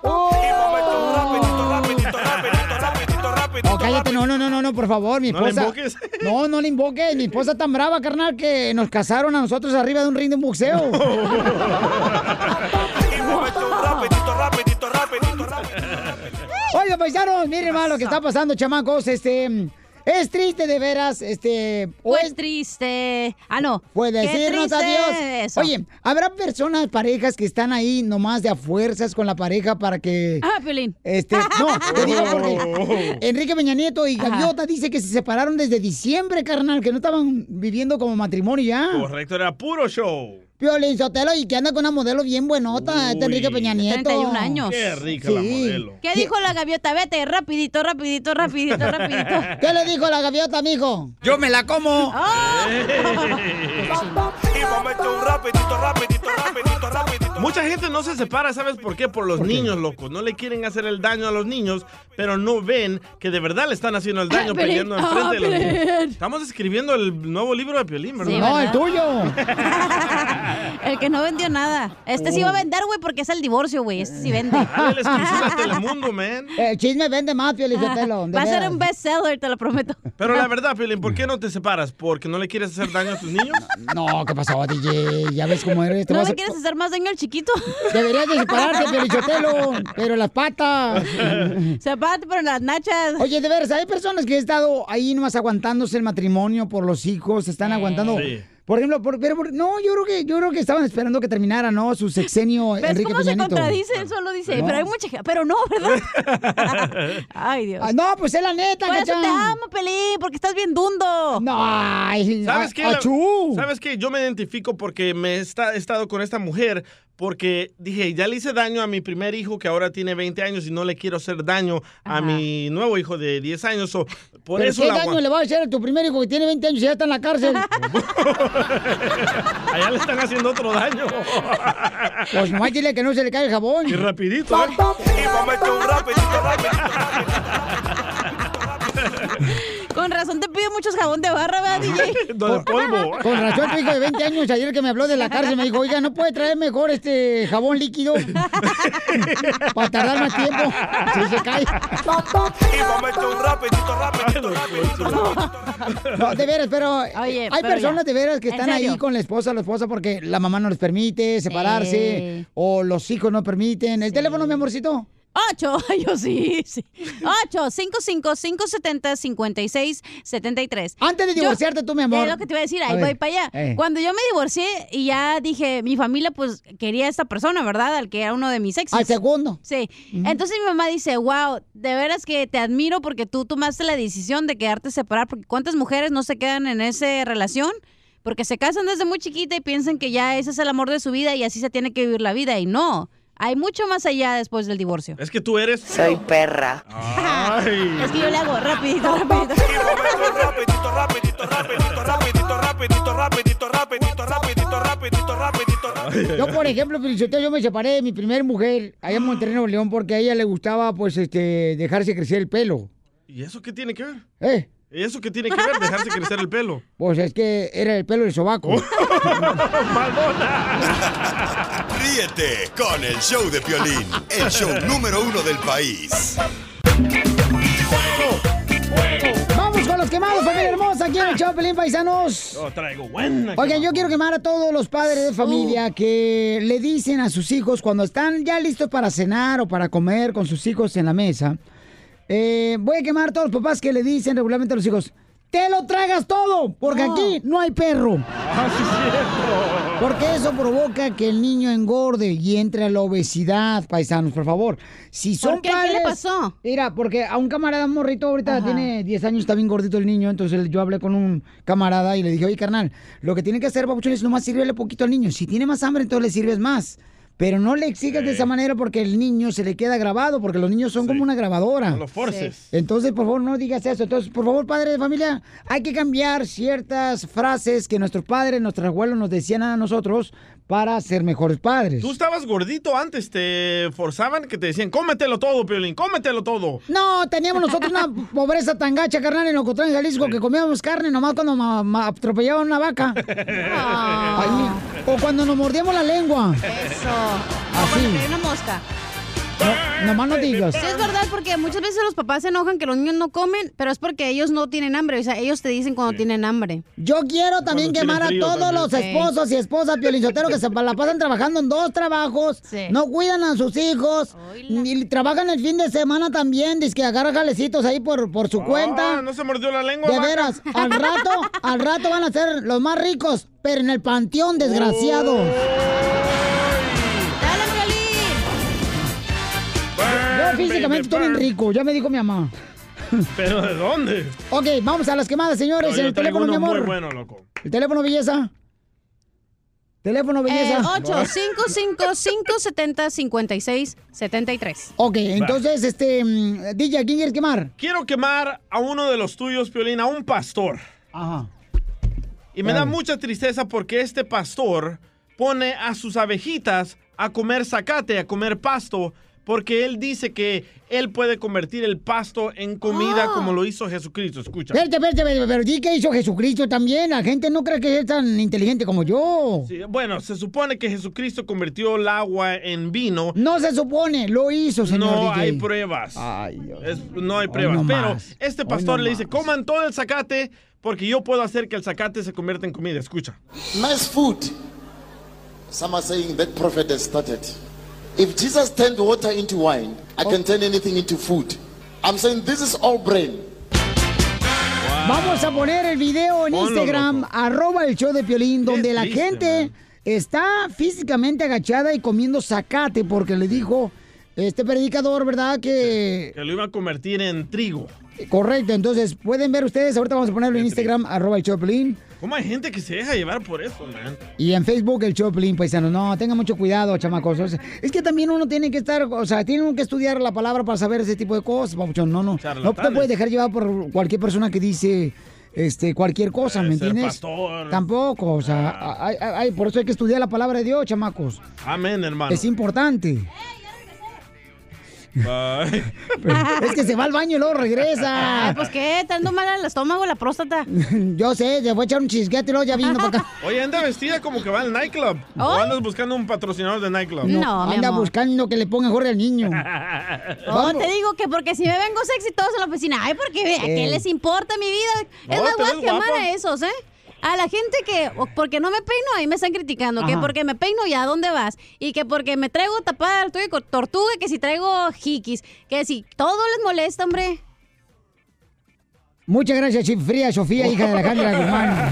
S1: cállate, no, no, no, no, no, por favor, mi
S2: No la
S1: esposa.
S2: invoques.
S1: No, no le invoques. Mi esposa tan brava, carnal, que nos casaron a nosotros arriba de un ring de un boxeo.
S8: Y vamos a meter un rapidito, rapidito,
S1: Oiga, paisanos, miren más lo que está pasando, chamacos. Este. Es triste de veras, este. o
S13: Fue triste. Ah, no.
S1: Puede
S13: Qué
S1: decirnos
S13: triste
S1: adiós.
S13: eso.
S1: Oye, habrá personas, parejas que están ahí nomás de a fuerzas con la pareja para que.
S13: Ah, Piolín.
S1: Este, no, te digo
S13: Oh.
S1: porque Enrique Peña Nieto y Gaviota dice que se separaron desde diciembre, carnal, que no estaban viviendo como matrimonio ya.
S2: Correcto, era puro show.
S1: Piolín Sotelo y que anda con una modelo bien buenota, este Enrique Peña Nieto.
S13: 31 años.
S2: Qué rica la modelo.
S13: ¿Qué dijo la gaviota? Vete, rapidito, rapidito, rapidito, rapidito.
S1: ¿Qué le dijo la gaviota, mijo? Yo me la como.
S13: Oh.
S2: Mucha gente no se separa, ¿sabes por qué? Por los niños, loco. No le quieren hacer el daño a los niños, pero no ven que de verdad le están haciendo el daño
S13: Piolín.
S2: peleando enfrente de los
S13: Ah,
S2: niños.
S13: Piolín.
S2: Estamos escribiendo el nuevo libro de Piolín, ¿verdad?
S13: Sí, No, ¿verdad? el
S1: tuyo.
S13: El que no vendió nada. Este
S1: Uh.
S13: sí va a vender, güey, porque es el divorcio, güey. Este sí vende.
S1: Ah,
S2: Dale la exclusiva a Telemundo, man.
S1: El chisme vende más, Piolín Sotelo. de
S13: Va a ser
S1: veras.
S13: un bestseller, te lo prometo.
S2: Pero
S1: Ah.
S2: la verdad, Piolín, ¿por qué no te separas? ¿Porque no le quieres hacer daño a tus niños?
S1: No, ¿qué pasó, DJ? Eh, Ya ves cómo eres. te
S13: ¿No
S1: vas
S13: le
S1: Este a-
S13: quieres hacer más daño al chiquito?
S1: Deberías de separarte, Piolichotelo, pero las patas.
S13: Sepárate, pero las nachas.
S1: Oye, de veras, hay personas que han estado ahí nomás aguantándose el matrimonio por los hijos, se están aguantando.
S13: Eh, Sí.
S1: Por ejemplo, por- pero por- no, yo creo que yo creo que estaban esperando que terminara, ¿no? Su sexenio
S13: ¿Ves
S1: Enrique
S13: Pues, cómo
S1: Peña
S13: se
S1: Nieto.
S13: contradice? Él solo dice,
S1: No.
S13: pero hay mucha gente. Pero no, ¿verdad? Ay, Dios.
S1: Ah, no, pues es la neta,
S13: Por eso
S1: Cachán.
S13: te amo, Pelín, porque estás bien dundo.
S1: No, ay,
S2: ¿Sabes qué? ¿Sabes qué? Yo me identifico porque me está- he estado con esta mujer porque dije, ya le hice daño a mi primer hijo que ahora tiene 20 años y no le quiero hacer daño a mi nuevo hijo de 10 años. so, por
S1: ¿Pero
S2: eso
S1: ¿Qué
S2: la
S1: daño
S2: aguanto.
S1: le va a hacer a tu primer hijo que tiene 20 años y ya está en la cárcel?
S2: Allá le están haciendo otro daño.
S1: pues nomás dile que no se le cae el jabón.
S2: Y rapidito,
S1: Pa,
S2: ¿eh?
S1: pa,
S13: Con razón te pide muchos jabón de barra, ¿verdad, DJ?
S2: Don polvo.
S1: Con razón, tu hijo de 20 años ayer que me habló de la cárcel me dijo, oiga, ¿no puede traer mejor este jabón líquido? Para tardar más tiempo. Si se cae. No, de veras, pero eh,
S13: Oye,
S1: hay
S13: pero
S1: personas
S13: ya.
S1: de veras que
S13: ¿En
S1: están ahí
S13: serio?
S1: con la esposa, la esposa porque la mamá no les permite separarse
S13: Sí.
S1: o los hijos no permiten. ¿El teléfono, mi amorcito?
S13: Ocho, yo sí, sí. Ocho, cinco, cinco, cinco, setenta, cincuenta y seis, setenta y tres.
S1: Antes de divorciarte tú, mi amor.
S13: Es lo que te iba a decir,
S1: A
S13: ahí
S1: ver,
S13: voy para allá.
S1: eh.
S13: Cuando yo me divorcié y ya dije, mi familia pues quería a esta persona, ¿verdad? Al que era uno de mis exes.
S1: Al segundo.
S13: Sí. Entonces mi mamá dice, wow, de veras que te admiro porque tú tomaste la decisión de quedarte separar, porque ¿cuántas mujeres no se quedan en esa relación? Porque se casan desde muy chiquita y piensan que ya ese es el amor de su vida y así se tiene que vivir la vida. Y no, hay mucho más allá después del divorcio.
S2: Es que tú eres... Ah,
S13: Soy
S2: perra.
S13: Es que yo le hago rapidito, rapidito.
S1: Yo, por ejemplo, Feliciteo, yo me separé de mi primer mujer allá en Monterrey, Nuevo León, porque a ella le gustaba, pues, este, dejarse crecer el pelo.
S2: ¿Y eso qué tiene que ver?
S1: ¿Eh?
S2: ¿Y eso qué tiene que ver? Dejarse crecer el pelo.
S1: Pues es que era el pelo del sobaco.
S7: Ríete con el show de Piolín, el show número uno del país.
S1: Vamos con los quemados, familia hermosa, aquí en el Chapelín, paisanos.
S2: Yo traigo buena.
S1: Oigan, yo quiero quemar a todos los padres de familia que le dicen a sus hijos cuando están ya listos para cenar o para comer con sus hijos en la mesa. eh, voy a quemar a todos los papás que le dicen regularmente a los hijos, te lo tragas todo, porque aquí no hay perro. Porque eso provoca que el niño engorde y entre a la obesidad, paisanos, por favor. Si son
S13: ¿Por qué? ¿Qué le
S1: padres,
S13: pasó?
S1: Mira, porque a un camarada morrito ahorita
S13: Ajá.
S1: tiene 10 años, está bien gordito el niño, entonces yo hablé con un camarada y le dije, oye, carnal, lo que tiene que hacer, papuchón, es nomás sirvele poquito al niño. Si tiene más hambre, entonces le sirves más. Pero no le exijas de esa manera porque el niño se le queda grabado, porque los niños son como una grabadora.
S2: los forces. Sí.
S1: Entonces, por favor, no digas eso. Entonces, por favor, padre de familia, hay que cambiar ciertas frases que nuestros padres, nuestros abuelos nos decían a nosotros para ser mejores padres.
S2: Tú estabas gordito antes, te forzaban que te decían, cómetelo todo, Piolín, cómetelo todo.
S1: No, teníamos nosotros una pobreza tan gacha, carnal, en Locotlán, Jalisco, que comíamos carne nomás cuando ma- ma- atropellaban una vaca. Ahí.
S13: Ah,
S1: o cuando nos mordíamos la lengua.
S13: Eso.
S1: Así.
S13: Una mosca.
S1: Nomás no digas.
S13: Sí, es verdad, porque muchas veces los papás se enojan que los niños no comen, pero es porque ellos no tienen hambre. O sea, ellos te dicen cuando tienen hambre.
S1: Yo quiero también
S13: Cuando
S1: quemar a
S13: tienen frío
S1: todos
S13: también.
S1: los
S13: Sí. Eh,
S1: esposos y esposas piolinzoteros que se pa- la pasan trabajando en dos trabajos, no cuidan a sus hijos, ni trabajan el fin de semana también, dice que agarran jalecitos ahí por, por su cuenta.
S2: Ah, no se mordió la lengua.
S1: De
S2: vaca?
S1: veras, al rato, al rato van a ser los más ricos, pero en el panteón, desgraciado. Yo físicamente estoy bien rico, ya me dijo mi mamá.
S2: ¿Pero de dónde?
S1: Ok, vamos a las quemadas,
S2: No,
S1: señores,
S2: yo
S1: en el
S2: traigo
S1: teléfono, mi
S2: uno
S1: amor.
S2: Muy bueno, loco.
S1: El teléfono, belleza. Teléfono,
S13: Eh,
S1: belleza.
S13: 8 70 56 73
S1: Ok, entonces, este, mm, DJ, ¿quién quieres quemar?
S2: Quiero quemar a uno de los tuyos, Piolín, a un pastor.
S1: Ajá.
S2: Y me da
S1: Dale.
S2: mucha tristeza porque este pastor pone a sus abejitas a comer zacate, a comer pasto, porque él dice que él puede convertir el pasto en comida
S1: Ah.
S2: como lo hizo Jesucristo. Escucha.
S1: Espérate, espérate, espérate, pero di que hizo Jesucristo también. La gente no cree que es tan inteligente como yo.
S2: Sí, Bueno, se supone que Jesucristo convirtió el agua en vino.
S1: No se supone, lo hizo, señor
S2: No
S1: DJ.
S2: hay pruebas. Es- no hay pruebas.
S1: no
S2: Pero
S1: más.
S2: este
S1: Hoy
S2: pastor
S1: no
S2: le dice, coman todo el zacate porque yo puedo hacer que el zacate se convierta en comida. Escucha.
S3: Mass food. Some are saying that prophet has started. If Jesus turned water into wine, I can turn anything into food. I'm saying this is all brain.
S1: Vamos a poner el video en
S3: Ponlo,
S1: Instagram, arroba el show de Piolín, donde la
S3: triste,
S1: gente está físicamente agachada y comiendo zacate porque le dijo este predicador, ¿verdad? Que...
S2: Que lo iba a convertir en trigo.
S1: Correcto, entonces pueden ver ustedes, ahorita vamos a ponerlo en Instagram, arroba el show de Piolín.
S2: ¿Cómo hay gente que se deja llevar por eso, man?
S1: Y en Facebook el Choplin, paisano. No, tengan mucho cuidado, chamacos. O sea, es que también uno tiene que estar, o sea, tiene uno que estudiar la palabra para saber ese tipo de cosas, papuchón. No, no. No te
S2: Charlatanes.
S1: puedes dejar llevar por cualquier persona que dice este cualquier cosa, ¿me
S2: ser
S1: entiendes?
S2: pastor. Ah.
S1: Tampoco, o sea, ay, ay, ay, por eso hay que estudiar la palabra de Dios, chamacos.
S2: Amén, hermano.
S1: Es importante.
S2: Ay.
S1: es que se va al baño y luego regresa.
S13: Ay, pues qué, te ando mal al estómago, la próstata.
S1: Yo sé, te voy a echar un chisguete y luego ya vino para acá.
S2: Oye, anda vestida como que va al nightclub.
S1: ¿Oh?
S2: ¿O andas buscando un patrocinador de nightclub?
S1: anda buscando que le ponga Jorge al niño. Eh,
S13: Oh, te digo que porque si me vengo sexy todos en la oficina, ay, porque ¿a qué
S1: Eh.
S13: les importa mi vida? Es
S1: No,
S13: más,
S1: te
S13: voy a
S1: ves
S13: quemar
S1: guapa.
S13: a esos, ¿eh? A la gente que, o- porque no me peino, ahí me están criticando. Que
S1: Ajá.
S13: porque me peino, ¿ya dónde vas? Y que porque me traigo tapada, estoy con tortuga, que si traigo jiquis, que si todo les molesta, hombre.
S1: Muchas gracias, Chip Fría, Sofía, hija de Alejandra Guzmán.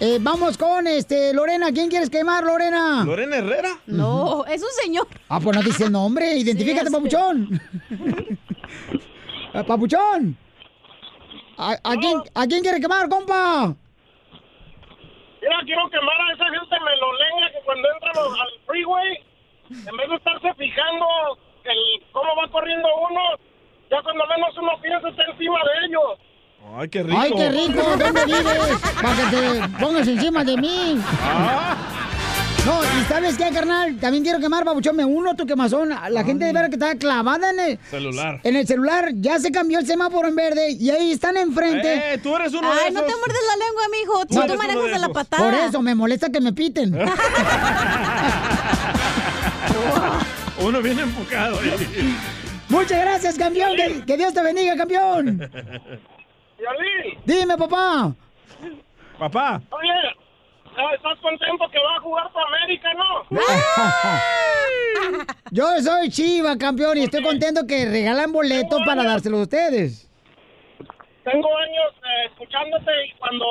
S1: Eh, vamos con este Lorena. ¿Quién quieres quemar, Lorena?
S2: ¿Lorena Herrera?
S13: No, es un señor.
S1: Ah, pues no dice el nombre. Identifícate, papuchón. Eh, papuchón. ¿A, a quién, ¿A quién quieres quemar, compa?
S9: Mira, quiero quemar a esa gente melolenga que cuando entra a los- al freeway, en vez de estarse fijando el cómo va corriendo uno, ya cuando menos uno piensa está encima de ellos.
S2: Ay, qué rico.
S1: Ay, qué rico. ¿Dónde vives? Para que te pongas encima de mí.
S2: Ah.
S1: No, y sabes qué, carnal, también quiero quemar, babuchón, me uno a tu quemazón. La gente de veras que está clavada en el
S2: Celular.
S1: En el celular ya se cambió el semáforo en verde y ahí están enfrente.
S2: Eh, tú eres uno de
S13: Ay, no te
S2: esos.
S13: muerdes la lengua, mijo.
S1: Tú
S13: Si tú
S1: eres
S13: manejas
S1: uno de
S13: a la
S1: esos.
S13: patada.
S1: Por eso me molesta que me piten.
S2: Uno viene enfocado. eh.
S1: Muchas gracias, campeón. Que, que Dios te bendiga, campeón. Dime, papá.
S2: Papá.
S9: Oye, ah, ¿estás contento que va a jugar para América, no?
S1: Yo soy Chiva, campeón, y estoy contento que regalan boletos para dárselos a ustedes.
S9: Tengo años eh, escuchándote y cuando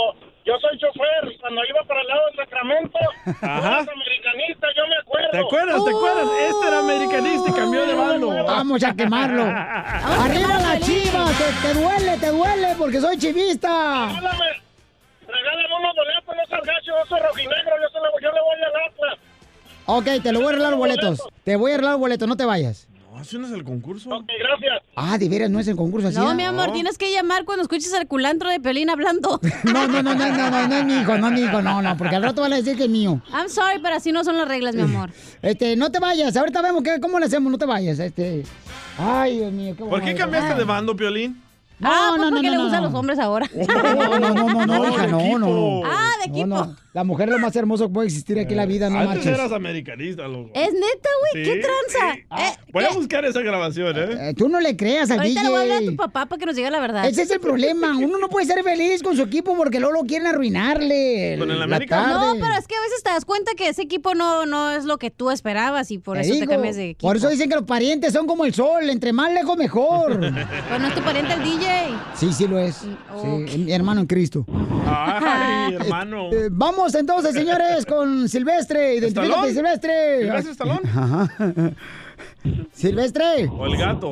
S9: yo soy chofer, y cuando iba para el lado de Sacramento, tú
S2: Ajá.
S9: eras americanista, yo me acuerdo. Uh.
S2: ¿Te acuerdas? ¿Te acuerdas? Este era americanista y cambió de bando.
S1: Vamos a quemarlo. Arriba la chiva, te, te duele, te duele, porque soy chivista.
S9: Regálame, regálame unos boletos, no seas gacho, yo soy rojinegro, yo, se lo- yo le voy al Atlas.
S1: Ok, te lo voy a arreglar boletos. Te voy a arreglar boletos, no te vayas.
S2: No, así no es el concurso. Ok,
S9: gracias.
S1: Ah, de veras, no es el concurso así.
S13: No,
S1: ah?
S13: mi amor, tienes que llamar cuando escuches al culantro de Pelín hablando.
S1: No, no, no, no, no, no, no es mi hijo, no es mi hijo, no, no, porque al rato van a decir que es mío.
S13: I'm sorry, pero así no son las reglas, mi amor.
S1: Este, no te vayas, ahorita vemos qué, cómo le hacemos, no te vayas, este. Ay, Dios mío, qué
S2: ¿Por qué
S1: bonito.
S2: cambiaste de bando, Piolín?
S13: ah,
S1: no,
S13: pues
S1: no,
S13: porque
S1: no,
S13: le
S1: no,
S13: gustan
S1: no.
S13: los hombres ahora.
S1: No, no, no, no, no, hija, no, no.
S13: Ah, de equipo.
S1: No, no. La mujer es lo más hermoso que puede existir aquí en la vida, no
S2: Antes
S1: manches.
S2: eras americanista, loco.
S13: Es neta, güey, qué
S2: Sí,
S13: tranza. Eh,
S2: Voy a buscar esa grabación, ¿eh?
S1: Eh, Ah, Tú no le creas al
S13: ahorita
S1: DJ.
S13: le voy a hablar a tu papá para que nos diga la verdad.
S1: Ese es el problema. Uno no puede ser feliz con su equipo porque luego lo quieren arruinarle.
S2: Con el
S1: la
S2: América.
S1: tarde.
S13: No, pero es que a veces te das cuenta que ese equipo no, no es lo que tú esperabas y por
S1: Te
S13: eso te
S1: digo,
S13: cambias de equipo.
S1: Por eso dicen que los parientes son como el sol. Entre más lejos, mejor.
S13: Pues no es tu pariente el DJ.
S1: Sí, sí lo es. Sí, es mi hermano en Cristo.
S2: Ay, hermano.
S1: Eh, vamos entonces, señores, con Silvestre. Identifícate,
S2: ¿Estalón?
S1: Silvestre.
S2: ¿Silvestre Estalón?
S1: Ajá. Silvestre.
S2: O el gato.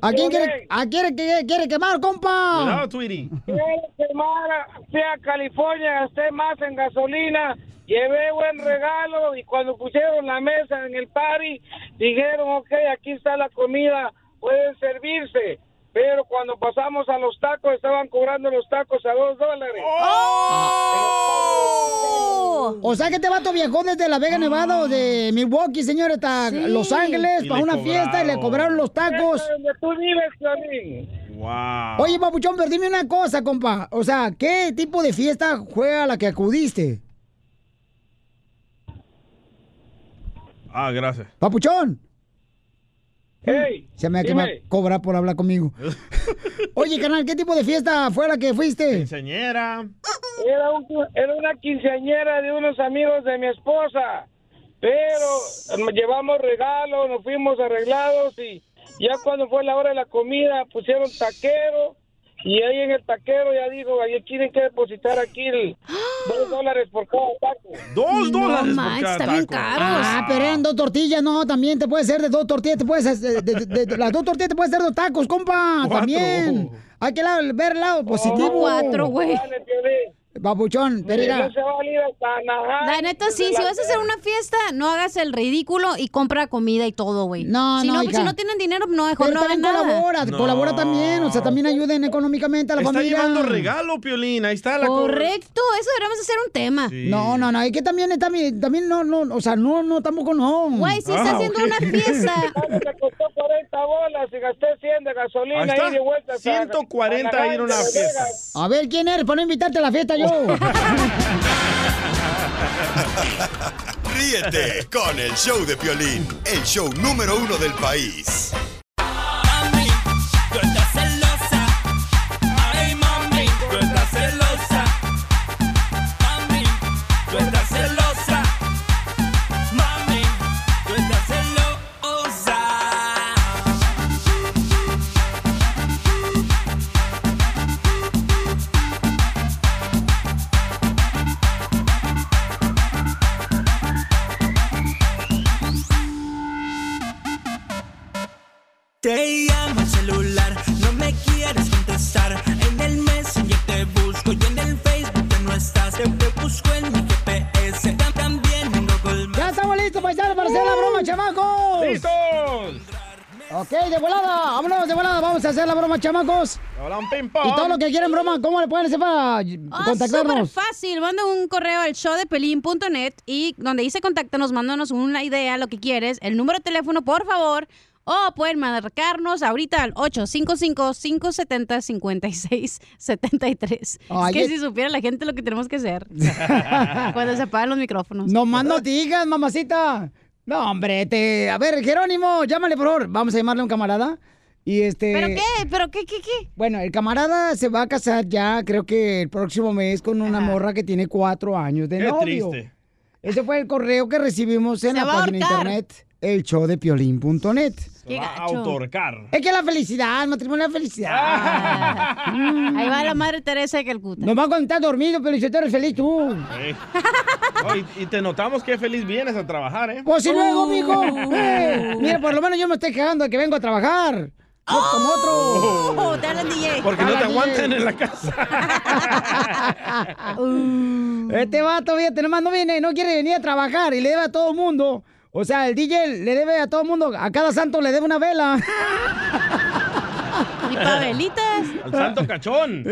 S1: ¿A quién quiere, a quiere, que- quiere quemar, compa?
S2: Cuidado, Twitty.
S16: Quiero quemar sea California, gasté más en gasolina, llevé buen regalo y cuando pusieron la mesa en el party, dijeron, ok, aquí está la comida, pueden servirse. Pero cuando pasamos a los tacos, estaban cobrando los tacos a dos dólares.
S1: ¡Oh! O sea que te va tu viajó desde La Vega, Nevada o de Milwaukee, señor, hasta Los Ángeles
S16: Y
S1: para
S16: le
S1: una fiesta y le cobraron
S16: cobraron.
S1: los tacos.
S16: Eso es donde tú vives, Piolín.
S1: Oye, papuchón, pero dime una cosa, compa. O sea, ¿qué tipo de fiesta fue a la que acudiste? eh.
S2: Ah, gracias.
S1: Papuchón.
S16: Hey,
S1: Se me
S2: dime.
S1: acaba de cobrar por hablar conmigo. Oye, canal, ¿qué tipo de fiesta fue a la que fuiste?
S2: Quinceañera.
S16: Era, un- era una quinceañera de unos amigos de mi esposa, pero eh, llevamos regalos, nos fuimos arreglados y ya cuando fue la hora de la comida pusieron taquero y ahí en el taquero ya dijo, ahí tienen que depositar aquí el dos dólares por cada taco.
S2: Dos
S1: dólares
S16: por manches, cada está bien taco. caro.
S1: Ah, pero eran dos tortillas. No, también te puede ser de dos tortillas. Te puedes hacer- de, de- de- de- las dos tortillas te puede ser dos tacos, compa.
S16: Cuatro.
S1: También. Hay que la- ver el lado positivo.
S16: Vale, Piolín.
S1: Papuchón, pero mira.
S16: No se va a ir hasta Najar.
S13: La neta, sí, si vas a hacer una fiesta, no hagas el ridículo y compra comida y todo, güey.
S1: No,
S13: si
S1: no,
S13: no.
S1: hija.
S13: Si no tienen dinero, no, mejor
S1: Pero
S13: no hagan
S1: también
S13: nada.
S1: colabora, colabora también, o sea, también ayuden económicamente a la
S2: Está
S1: familia.
S2: llevando regalo, Piolín. Ahí está la co-
S13: Correcto, eso deberíamos hacer un tema.
S1: No, no, no, es que también, también, también no, no, o sea, no, no, tampoco no.
S13: Güey, sí está Ah, haciendo ok. una
S16: pieza. Me costó 40 bolas y gasté 100 de
S1: Ahí
S16: gasolina
S1: está.
S16: y de vuelta. hasta-
S1: 140
S16: hasta
S1: ir a una
S16: Najar, de
S1: fiesta.
S16: Vegas.
S1: A ver, ¿quién eres? Para no invitarte a la fiesta yo.
S7: Ríete con el show de Piolín, el show número uno del país.
S17: Ay, mami, tú estás celosa. Mami, tú estás celosa. Mami, tú estás celosa.
S4: Te llamo al celular, no me quieres contestar. En el Messenger te busco y en el Facebook ya no estás. Te, te busco en mi GPS, tam- también en Google
S1: ya estamos listos, paisanos, para hacer la broma, chamacos.
S2: ¡Listos!
S1: Ok, de volada, vámonos de volada, vamos a hacer la broma, chamacos.
S2: Hola, un ping
S1: Y todos los que quieren broma, ¿cómo le pueden hacer para
S13: Ah, súper
S1: contactarnos?
S13: fácil. Manda un correo al showdepelín.net y donde dice contáctanos, mándanos una idea, lo que quieres, el número de teléfono, por favor. O pueden marcarnos ahorita al 855-570-5673.
S1: Ay,
S13: es que
S1: es-
S13: si supiera la gente lo que tenemos que hacer cuando se apagan los micrófonos.
S1: No más no digas, mamacita. No, hombre, te... A ver, Jerónimo, llámale, por favor. Vamos a llamarle a un camarada. Y este...
S13: ¿Pero qué? ¿Pero qué, qué, qué?
S1: Bueno, el camarada se va a casar ya, creo que el próximo mes, con una morra que tiene cuatro años de
S2: Qué
S1: novio.
S2: triste.
S1: Ese fue el correo que recibimos en
S2: Se
S1: la
S2: va a
S1: página de
S2: ahorcar.
S1: internet, el show de piolín.net.
S2: Se va a autorcar.
S1: Es que la felicidad, el matrimonio es la felicidad.
S13: Ahí va la madre Teresa de Calcuta.
S1: Nos va a contar dormido, pero yo te eres feliz tú.
S2: Eh. No, y, y te notamos que feliz vienes a trabajar, ¿eh?
S1: Pues si luego, mijo.
S13: Oh.
S1: Eh, mira, por lo menos yo me estoy quejando de que vengo a trabajar.
S13: Ah.
S1: No como otro.
S15: Oh,
S13: te hablan DJ.
S2: Porque no
S1: Habla
S2: te
S1: DJ.
S2: aguantan en la casa.
S1: ah,
S13: Uh.
S1: Este vato, fíjate, nomás no viene, no quiere venir a trabajar y le debe a todo el mundo. O sea, el DJ le debe a todo el mundo, a cada santo le debe una vela.
S13: Y pavelitas.
S2: Al santo cachón.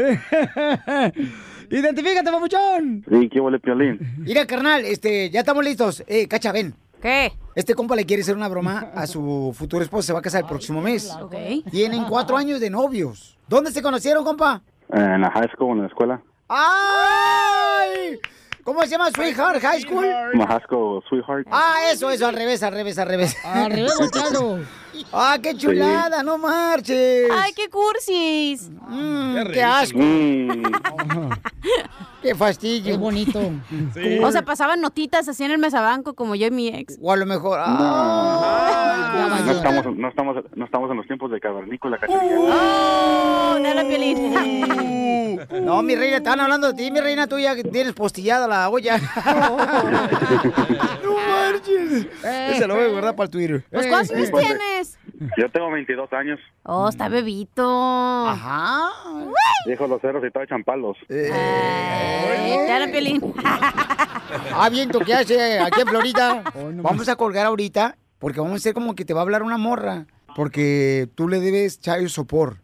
S1: Identifícate, papuchón.
S20: Sí, ¿qué huele Piolín?
S1: Mira, carnal, este, ya estamos listos. Eh, cacha, ven.
S13: ¿Qué?
S1: Este compa le quiere hacer una broma a su futuro esposo, se va a casar el próximo mes.
S13: Ok.
S1: Tienen cuatro años de novios. ¿Dónde se conocieron, compa?
S20: Eh, En la high school, en la escuela.
S1: ¡Ay! ¿Cómo se llama? Sweetheart High School.
S20: Majasco, sweetheart.
S1: Ah, eso, eso, al revés, al revés, al revés. Al
S20: revés, volteado.
S1: Ah, qué chulada, no marches.
S13: Ay, qué cursis.
S1: Mm, qué,
S13: rico.
S1: asco.
S20: Mm.
S1: Qué fastidio. Qué bonito.
S15: Mm.
S13: O sea, pasaban notitas así en el mesabanco como yo y mi ex.
S1: O a lo mejor. ah.
S20: No estamos, no, estamos, no estamos en los tiempos de cavernícola, cachanilla.
S1: Uh. No, mi reina, estaban hablando de ti, mi reina, tú ya tienes postillada la olla. no marches. Ese lo voy a guardar para el Twitter.
S13: Pues, ¿cuántos años
S20: Pues,
S13: tienes?
S20: Yo tengo 22 años.
S13: Oh, está bebito. Ajá.
S20: Dejo los ceros y todo echan palos.
S1: Eh.
S13: Ya la pelín.
S1: Ah, bien, ¿tú qué haces aquí en Florida?
S15: Oh,
S1: vamos a colgar ahorita, porque vamos a hacer como que te va a hablar una morra, porque tú le debes chayo sopor.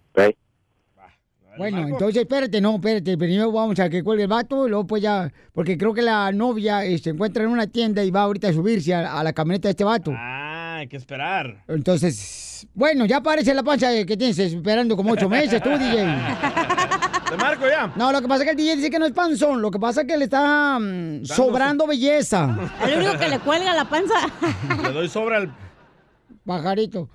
S15: Bueno, entonces espérate, no, espérate. Primero vamos a que cuelgue el vato y luego pues ya. Porque creo que la novia eh, se encuentra en una tienda y va ahorita a subirse a, a la camioneta de este vato.
S2: Ah, hay que esperar.
S15: Entonces, bueno, ya parece la pancha de que tienes esperando como ocho meses tú, DJ.
S2: Te marco ya.
S15: No, lo que pasa es que el DJ dice que no es panzón, lo que pasa es que le está mm, sobrando belleza.
S13: El único que le cuelga la panza.
S2: Le doy sobra al.
S15: Pajarito.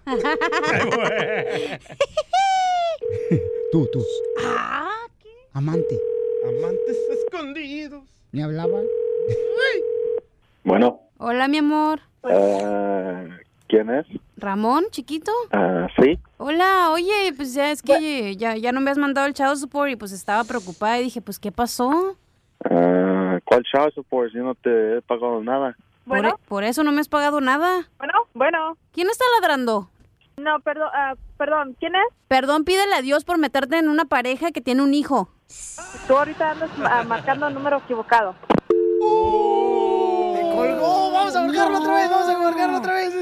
S15: Tú, tú. Amante.
S2: Amantes escondidos.
S15: ¿Me hablaba?
S20: Bueno,
S13: Hola, mi amor.
S20: ah, ¿quién es?
S13: Ramón, chiquito.
S20: Ah, sí.
S13: Hola, oye, pues ya es que ya, ya no me has mandado el chavo support y pues estaba preocupada y dije, pues, ¿qué pasó?
S20: Ah, ¿Cuál shower support? Yo no te he pagado nada.
S13: Por- e, Por, eso no me has pagado nada. Bueno, bueno. ¿Quién está ladrando? No, perdón, perdón, ¿quién es? Perdón, pídele a Dios por meterte en una pareja que tiene un hijo. Tú ahorita andas marcando el número equivocado.
S1: colgó! ¡Vamos a colgarlo otra vez! ¡Vamos a colgarlo otra vez!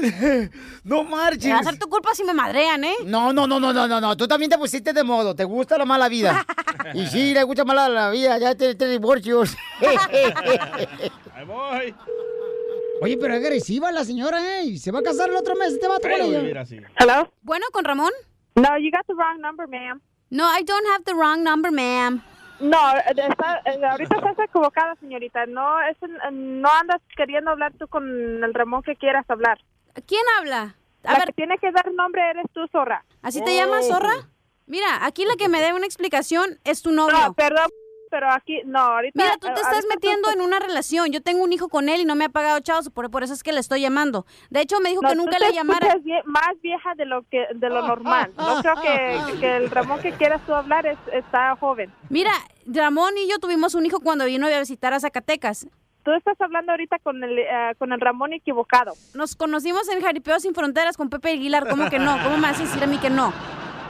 S1: ¡No marches!
S13: Va a ser tu culpa si me madrean, ¿eh?
S1: No, no, no, no, no, no, no. Tú también te pusiste de modo. Te gusta la mala vida. Y sí, le gusta mala la vida. Ya te, te divorcios.
S2: Ahí voy.
S15: Oye, pero es agresiva la señora, ¿eh? Y Se va a casar el otro mes este vato con ella.
S13: Hello? Bueno, con Ramón. No, you got the wrong number, ma'am. No, I don't have the wrong number, ma'am.
S18: No, está- eh, ahorita estás equivocada, señorita. No, es, no andas queriendo hablar tú con el Ramón que quieras hablar.
S13: ¿Quién habla?
S18: A ver, tiene que dar nombre eres tú, zorra.
S13: ¿Así te llamas, zorra? Mira, aquí la que me dé una explicación es tu novio.
S18: No, perdón, pero aquí, no, ahorita... eh,
S13: Mira, tú te
S18: ahorita
S13: estás
S18: tú
S13: metiendo
S18: estás-
S13: en una relación. Yo tengo un hijo con él y no me ha pagado chavos, por, por eso es que le estoy llamando. De hecho, me dijo
S18: No,
S13: que
S18: tú
S13: nunca
S18: te
S13: le llamara. Oh,
S18: escuchas vie- más vieja de lo que de lo normal. No creo que, que el Ramón que quieras tú hablar es- está joven.
S13: Mira, Ramón y yo tuvimos un hijo cuando vino a visitar a Zacatecas.
S18: Tú estás hablando ahorita con el, eh, con el Ramón equivocado.
S13: Nos conocimos en Jaripeo Sin Fronteras con Pepe Aguilar. ¿Cómo que no? ¿Cómo me vas a decir a mí que no?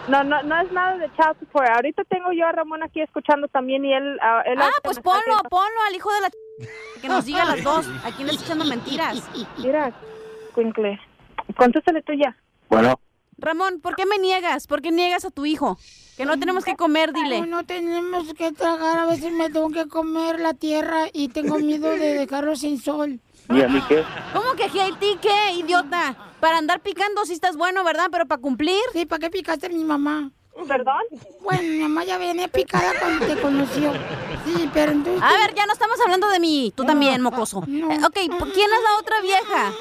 S18: No, no, no es nada de child support. Ahorita tengo yo a Ramón aquí escuchando también y él... ah, él
S13: Ah,
S18: ahorita
S13: pues
S18: me está
S13: ponlo,
S18: haciendo-
S13: ponlo al hijo de la... Que nos diga las dos. Aquí no está echando mentiras.
S18: Mira, Cuincle, contéstale tú ya.
S20: Bueno,
S13: Ramón, ¿por qué me niegas? ¿Por qué niegas a tu hijo? Que no tenemos que comer, dile.
S15: No tenemos que tragar, a veces me tengo que comer la tierra y tengo miedo de dejarlo sin sol.
S20: ¿y a mí qué?
S13: ¿Cómo que Haití qué, idiota? Para andar picando sí estás bueno, ¿verdad? Pero para cumplir. Sí, ¿para qué picaste mi mamá?
S18: ¿Perdón?
S13: Bueno, mi mamá ya viene picada cuando te conoció. Sí, pero entonces... A ver, ya no estamos hablando de mí. Tú también, mocoso. Eh, ok, ¿por- ¿quién es la otra vieja?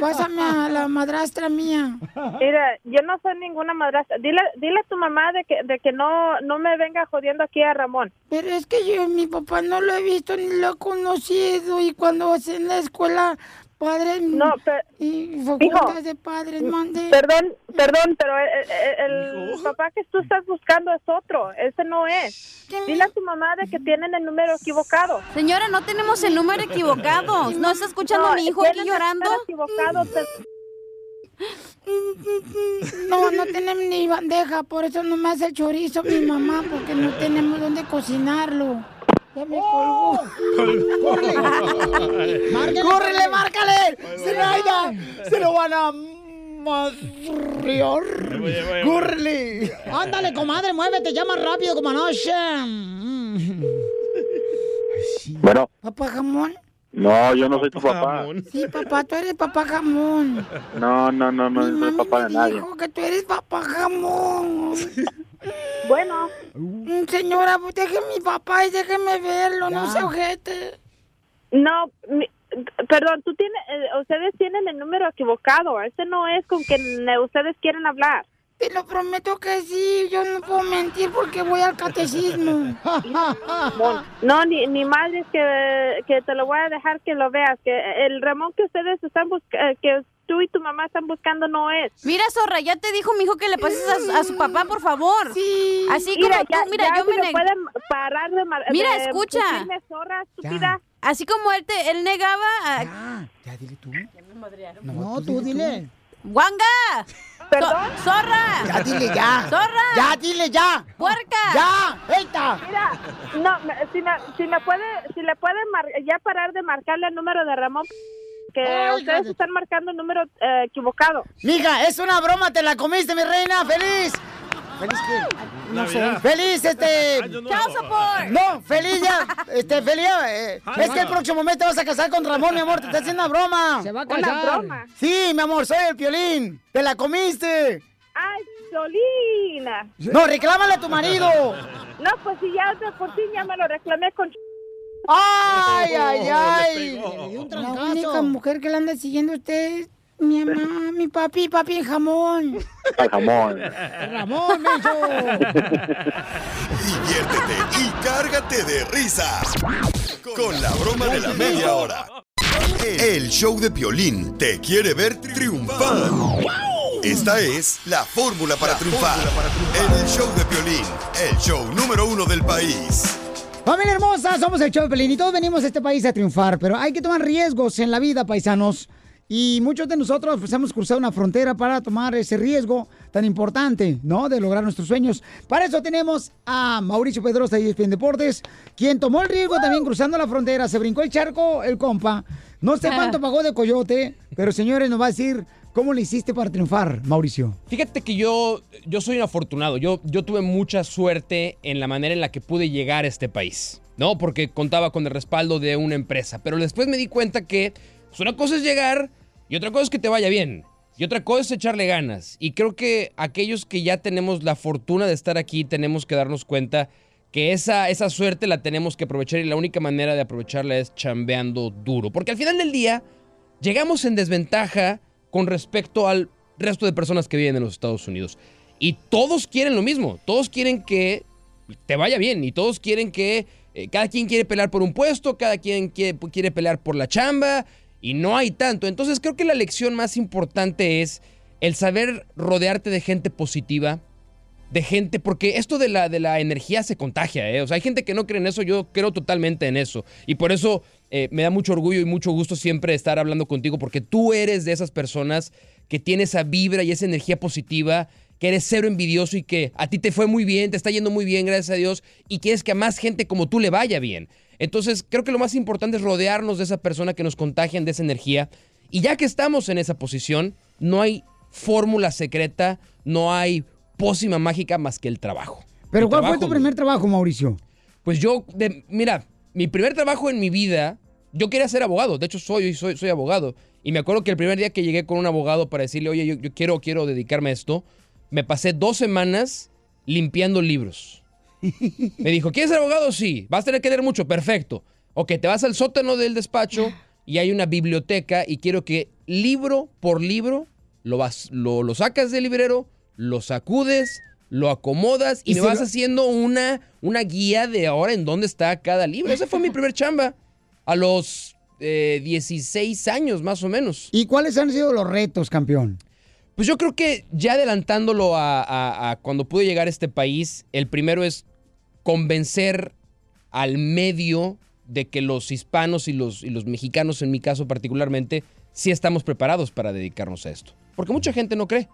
S15: Pásame a la madrastra mía.
S18: Mira, yo no soy ninguna madrastra. Dile, dile a tu mamá de que, de que no, no me venga jodiendo aquí a Ramón.
S15: Pero es que yo, mi papá no lo he visto ni lo he conocido y cuando es en la escuela, padres
S18: No, pero...
S15: y
S18: Hijo.
S15: facultades de padres, mande.
S18: Perdón, perdón, pero el, el- el papá que tú estás buscando es otro, ese no es. Dile a tu mamá de que tienen el número equivocado.
S13: Señora, no tenemos el número equivocado. ¿No está escuchando a mi hijo aquí llorando?
S15: No, no tenemos ni bandeja, por eso no me hace el chorizo mi mamá, porque no tenemos dónde cocinarlo. Ya me colgó.
S1: ¡Córrele!
S15: Márcale.
S1: ¡Córrele, márcale! ¡Zenaida! ¡Se lo van a madrear! ¡Córrele!
S15: Ándale, comadre, muévete, llama rápido como anoche.
S20: Bueno,
S15: Papá jamón.
S20: no, yo no soy tu papá.
S15: Sí, papá, tú eres papá jamón.
S20: No, no, no, no, no soy papá de nadie.
S15: Dijo que tú eres papá jamón.
S18: Bueno.
S16: Señora, pues déjeme mi papá y déjeme verlo, no se ojete.
S18: No, mi- perdón, tú tienes, eh, ustedes tienen el número equivocado. Ese no es con quien eh, ustedes quieren hablar.
S16: Te lo prometo que sí, yo no puedo mentir porque voy al catecismo.
S18: Bueno, no, ni, ni madres que, que te lo voy a dejar que lo veas. Que el Ramón que ustedes están buscando, que tú y tu mamá están buscando no es.
S13: Mira, zorra, ya te dijo mi hijo que le pases a, su- a su papá, por favor. Sí. Así como
S18: Mira,
S13: tú,
S18: ya-
S13: mira,
S18: ya
S13: yo
S18: se
S13: me
S18: lo
S13: neg-
S18: pueden parar de mar-
S13: Mira,
S18: de
S13: escucha.
S18: decirme zorra, estúpida.
S13: Así como él te, él negaba a...
S1: Ya, dile tú.
S13: No,
S1: tú dile.
S13: ¡Wanga!
S18: ¿Perdón?
S13: ¡Zorra!
S1: Ya dile ya.
S13: ¡Zorra!
S1: Ya dile ya.
S13: ¡Puerca!
S1: Ya, eita.
S18: Mira, no, me- si, me, si me puede, si le puede mar- ya parar de marcarle el número de Ramón, que
S1: Ay,
S18: ustedes están marcando el número eh, equivocado.
S1: Mija, es una broma, te la comiste, mi reina. ¡Feliz! ¿Feliz qué? No sé.
S14: Navidad.
S1: ¡Feliz, este!
S14: Chao, support.
S1: No, feliz ya. Este, feliz ya, eh,
S14: Ah,
S1: es
S14: no.
S1: que el próximo mes te vas a casar con Ramón, mi amor. Te está haciendo una broma.
S14: Se va a Una casar. broma.
S1: Sí, mi amor, soy el piolín. ¡Te la comiste!
S18: ¡Ay, Solina!
S1: No, reclámale a tu marido.
S18: No, pues si ya de por sí ya me lo reclamé con...
S1: ¡Ay, ay, ay!
S16: Oh, La
S1: trancazo.
S16: única mujer que la anda siguiendo usted es mi mamá, mi papi, papi en jamón.
S15: Al jamón.
S1: Ramón,
S7: Diviértete y cárgate de risa. Con la broma de la media hora. El show de Piolín te quiere ver triunfar. Esta es la fórmula para triunfar. En el show de Piolín, el show número uno del país.
S1: Familia hermosa, somos el show de Pelín y todos venimos a este país a triunfar, pero hay que tomar riesgos en la vida, paisanos. Y muchos de nosotros pues, hemos cruzado una frontera para tomar ese riesgo tan importante, ¿no? De lograr nuestros sueños. Para eso tenemos a Mauricio Pedrosa de ESPN Deportes, quien tomó el riesgo también cruzando la frontera, se brincó el charco, el compa. No sé cuánto pagó de coyote, pero señores, nos va a decir cómo le hiciste para triunfar, Mauricio.
S28: Fíjate que yo, yo soy un afortunado. Yo, yo tuve mucha suerte en la manera en la que pude llegar a este país, ¿no? Porque contaba con el respaldo de una empresa. Pero después me di cuenta que pues, una cosa es llegar y otra cosa es que te vaya bien. Y otra cosa es echarle ganas. Y creo que aquellos que ya tenemos la fortuna de estar aquí, tenemos que darnos cuenta que esa, esa suerte la tenemos que aprovechar y la única manera de aprovecharla es chambeando duro. Porque al final del día, llegamos en desventaja con respecto al resto de personas que viven en los Estados Unidos. Y todos quieren lo mismo, todos quieren que te vaya bien y todos quieren que eh, cada quien quiere pelear por un puesto, cada quien quiere, quiere pelear por la chamba y no hay tanto. Entonces creo que la lección más importante es el saber rodearte de gente positiva, de gente, porque esto de la, de la energía se contagia, ¿eh? O sea, hay gente que no cree en eso, yo creo totalmente en eso. Y por eso eh, me da mucho orgullo y mucho gusto siempre estar hablando contigo, porque tú eres de esas personas que tiene esa vibra y esa energía positiva, que eres cero envidioso y que a ti te fue muy bien, te está yendo muy bien, gracias a Dios, y quieres que a más gente como tú le vaya bien. Entonces, creo que lo más importante es rodearnos de esa persona que nos contagian de esa energía. Y ya que estamos en esa posición, no hay fórmula secreta, no hay pócima mágica más que el trabajo.
S1: Pero
S28: El
S1: ¿cuál fue
S28: trabajo,
S1: tu primer trabajo, Mauricio?
S28: Pues yo, de- mira, mi primer trabajo en mi vida, yo quería ser abogado, de hecho soy, soy, soy abogado. Y me acuerdo que el primer día que llegué con un abogado para decirle, oye, yo, yo quiero, quiero dedicarme a esto, me pasé dos semanas limpiando libros. Me dijo, ¿quieres ser abogado? Sí, vas a tener que leer mucho, perfecto. Ok, te vas al sótano del despacho y hay una biblioteca y quiero que libro por libro lo, vas, lo, lo sacas del librero, lo sacudes, lo acomodas y,
S17: Y
S28: me
S17: se
S28: vas
S17: lo-
S28: haciendo una, una guía de ahora en dónde está cada libro. Esa fue mi primer chamba a los eh, 16 años más o menos.
S1: ¿Y cuáles han sido los retos, campeón?
S28: Pues yo creo que ya adelantándolo a, a- a cuando pude llegar a este país, el primero es convencer al medio de que los hispanos y los, y los mexicanos, en mi caso particularmente, sí estamos preparados para dedicarnos a esto. Porque mucha gente no cree.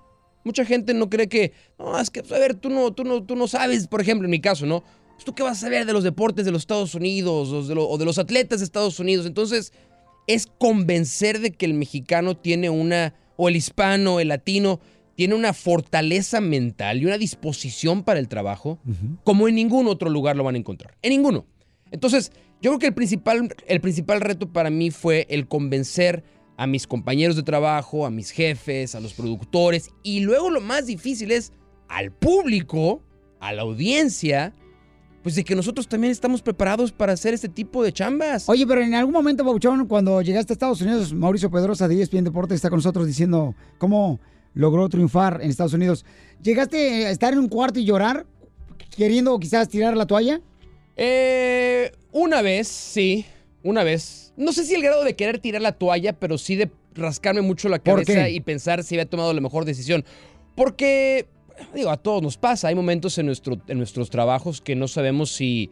S28: Mucha gente no cree que, no, es que, pues, a ver, tú no, tú no, tú no sabes, por ejemplo, en mi caso, ¿no? Pues, ¿Tú qué vas a saber de los deportes de los Estados Unidos o de, lo- o de los atletas de Estados Unidos? Entonces, es convencer de que el mexicano tiene una, o el hispano, el latino, tiene una fortaleza mental y una disposición para el trabajo como en ningún otro lugar lo van a encontrar. En ninguno. Entonces, yo creo que el principal, el principal reto para mí fue el convencer a mis compañeros de trabajo, a mis jefes, a los productores, y luego lo más difícil es al público a la audiencia, pues de que nosotros también estamos preparados para hacer este tipo de chambas.
S1: Oye, pero en algún momento, Bauchón, cuando llegaste a Estados Unidos, Mauricio Pedrosa de E ESPN Deportes está con nosotros diciendo cómo logró triunfar en Estados Unidos. ¿Llegaste a estar en un cuarto y llorar, queriendo quizás tirar la toalla?
S28: Eh, una vez, sí, una vez. No sé si el grado de querer tirar la toalla, pero sí de rascarme mucho la
S1: ¿Por qué?
S28: cabeza y pensar si había tomado la mejor decisión. Porque, digo, a todos nos pasa. Hay momentos en, nuestro, en nuestros trabajos que no sabemos si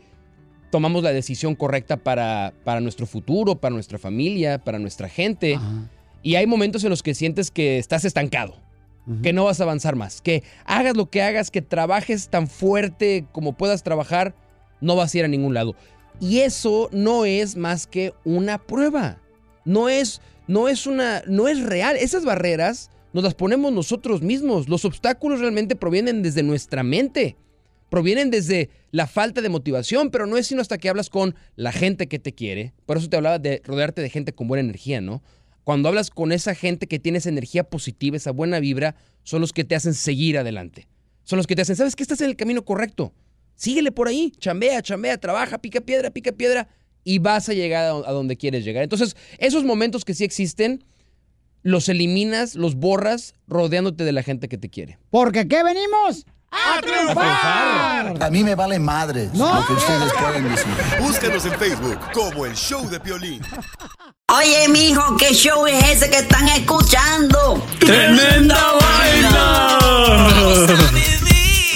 S28: tomamos la decisión correcta para, para nuestro futuro, para nuestra familia, para nuestra gente. Y hay momentos en los que sientes que estás estancado, que no vas a avanzar más, que hagas lo que hagas, que trabajes tan fuerte como puedas trabajar, no vas a ir a ningún lado. Y eso no es más que una prueba. No es, no es una, no es real. Esas barreras nos las ponemos nosotros mismos. Los obstáculos realmente provienen desde nuestra mente provienen desde la falta de motivación, pero no es sino hasta que hablas con la gente que te quiere. Por eso te hablaba de rodearte de gente con buena energía, ¿no? Cuando hablas con esa gente que tiene esa energía positiva, esa buena vibra, son los que te hacen seguir adelante. Son los que te hacen, ¿sabes que estás en el camino correcto? Síguele por ahí, chambea, chambea, trabaja, pica piedra, pica piedra y vas a llegar a a donde quieres llegar. Entonces, esos momentos que sí existen, los eliminas, los borras, rodeándote de la gente que te quiere.
S1: Porque aquí venimos a triunfar.
S13: A mí me vale madre lo que ustedes pueden decir.
S7: Búscanos en Facebook como el show de Piolín.
S15: Oye, mijo, ¿qué show es ese que están escuchando?
S7: ¡Tremenda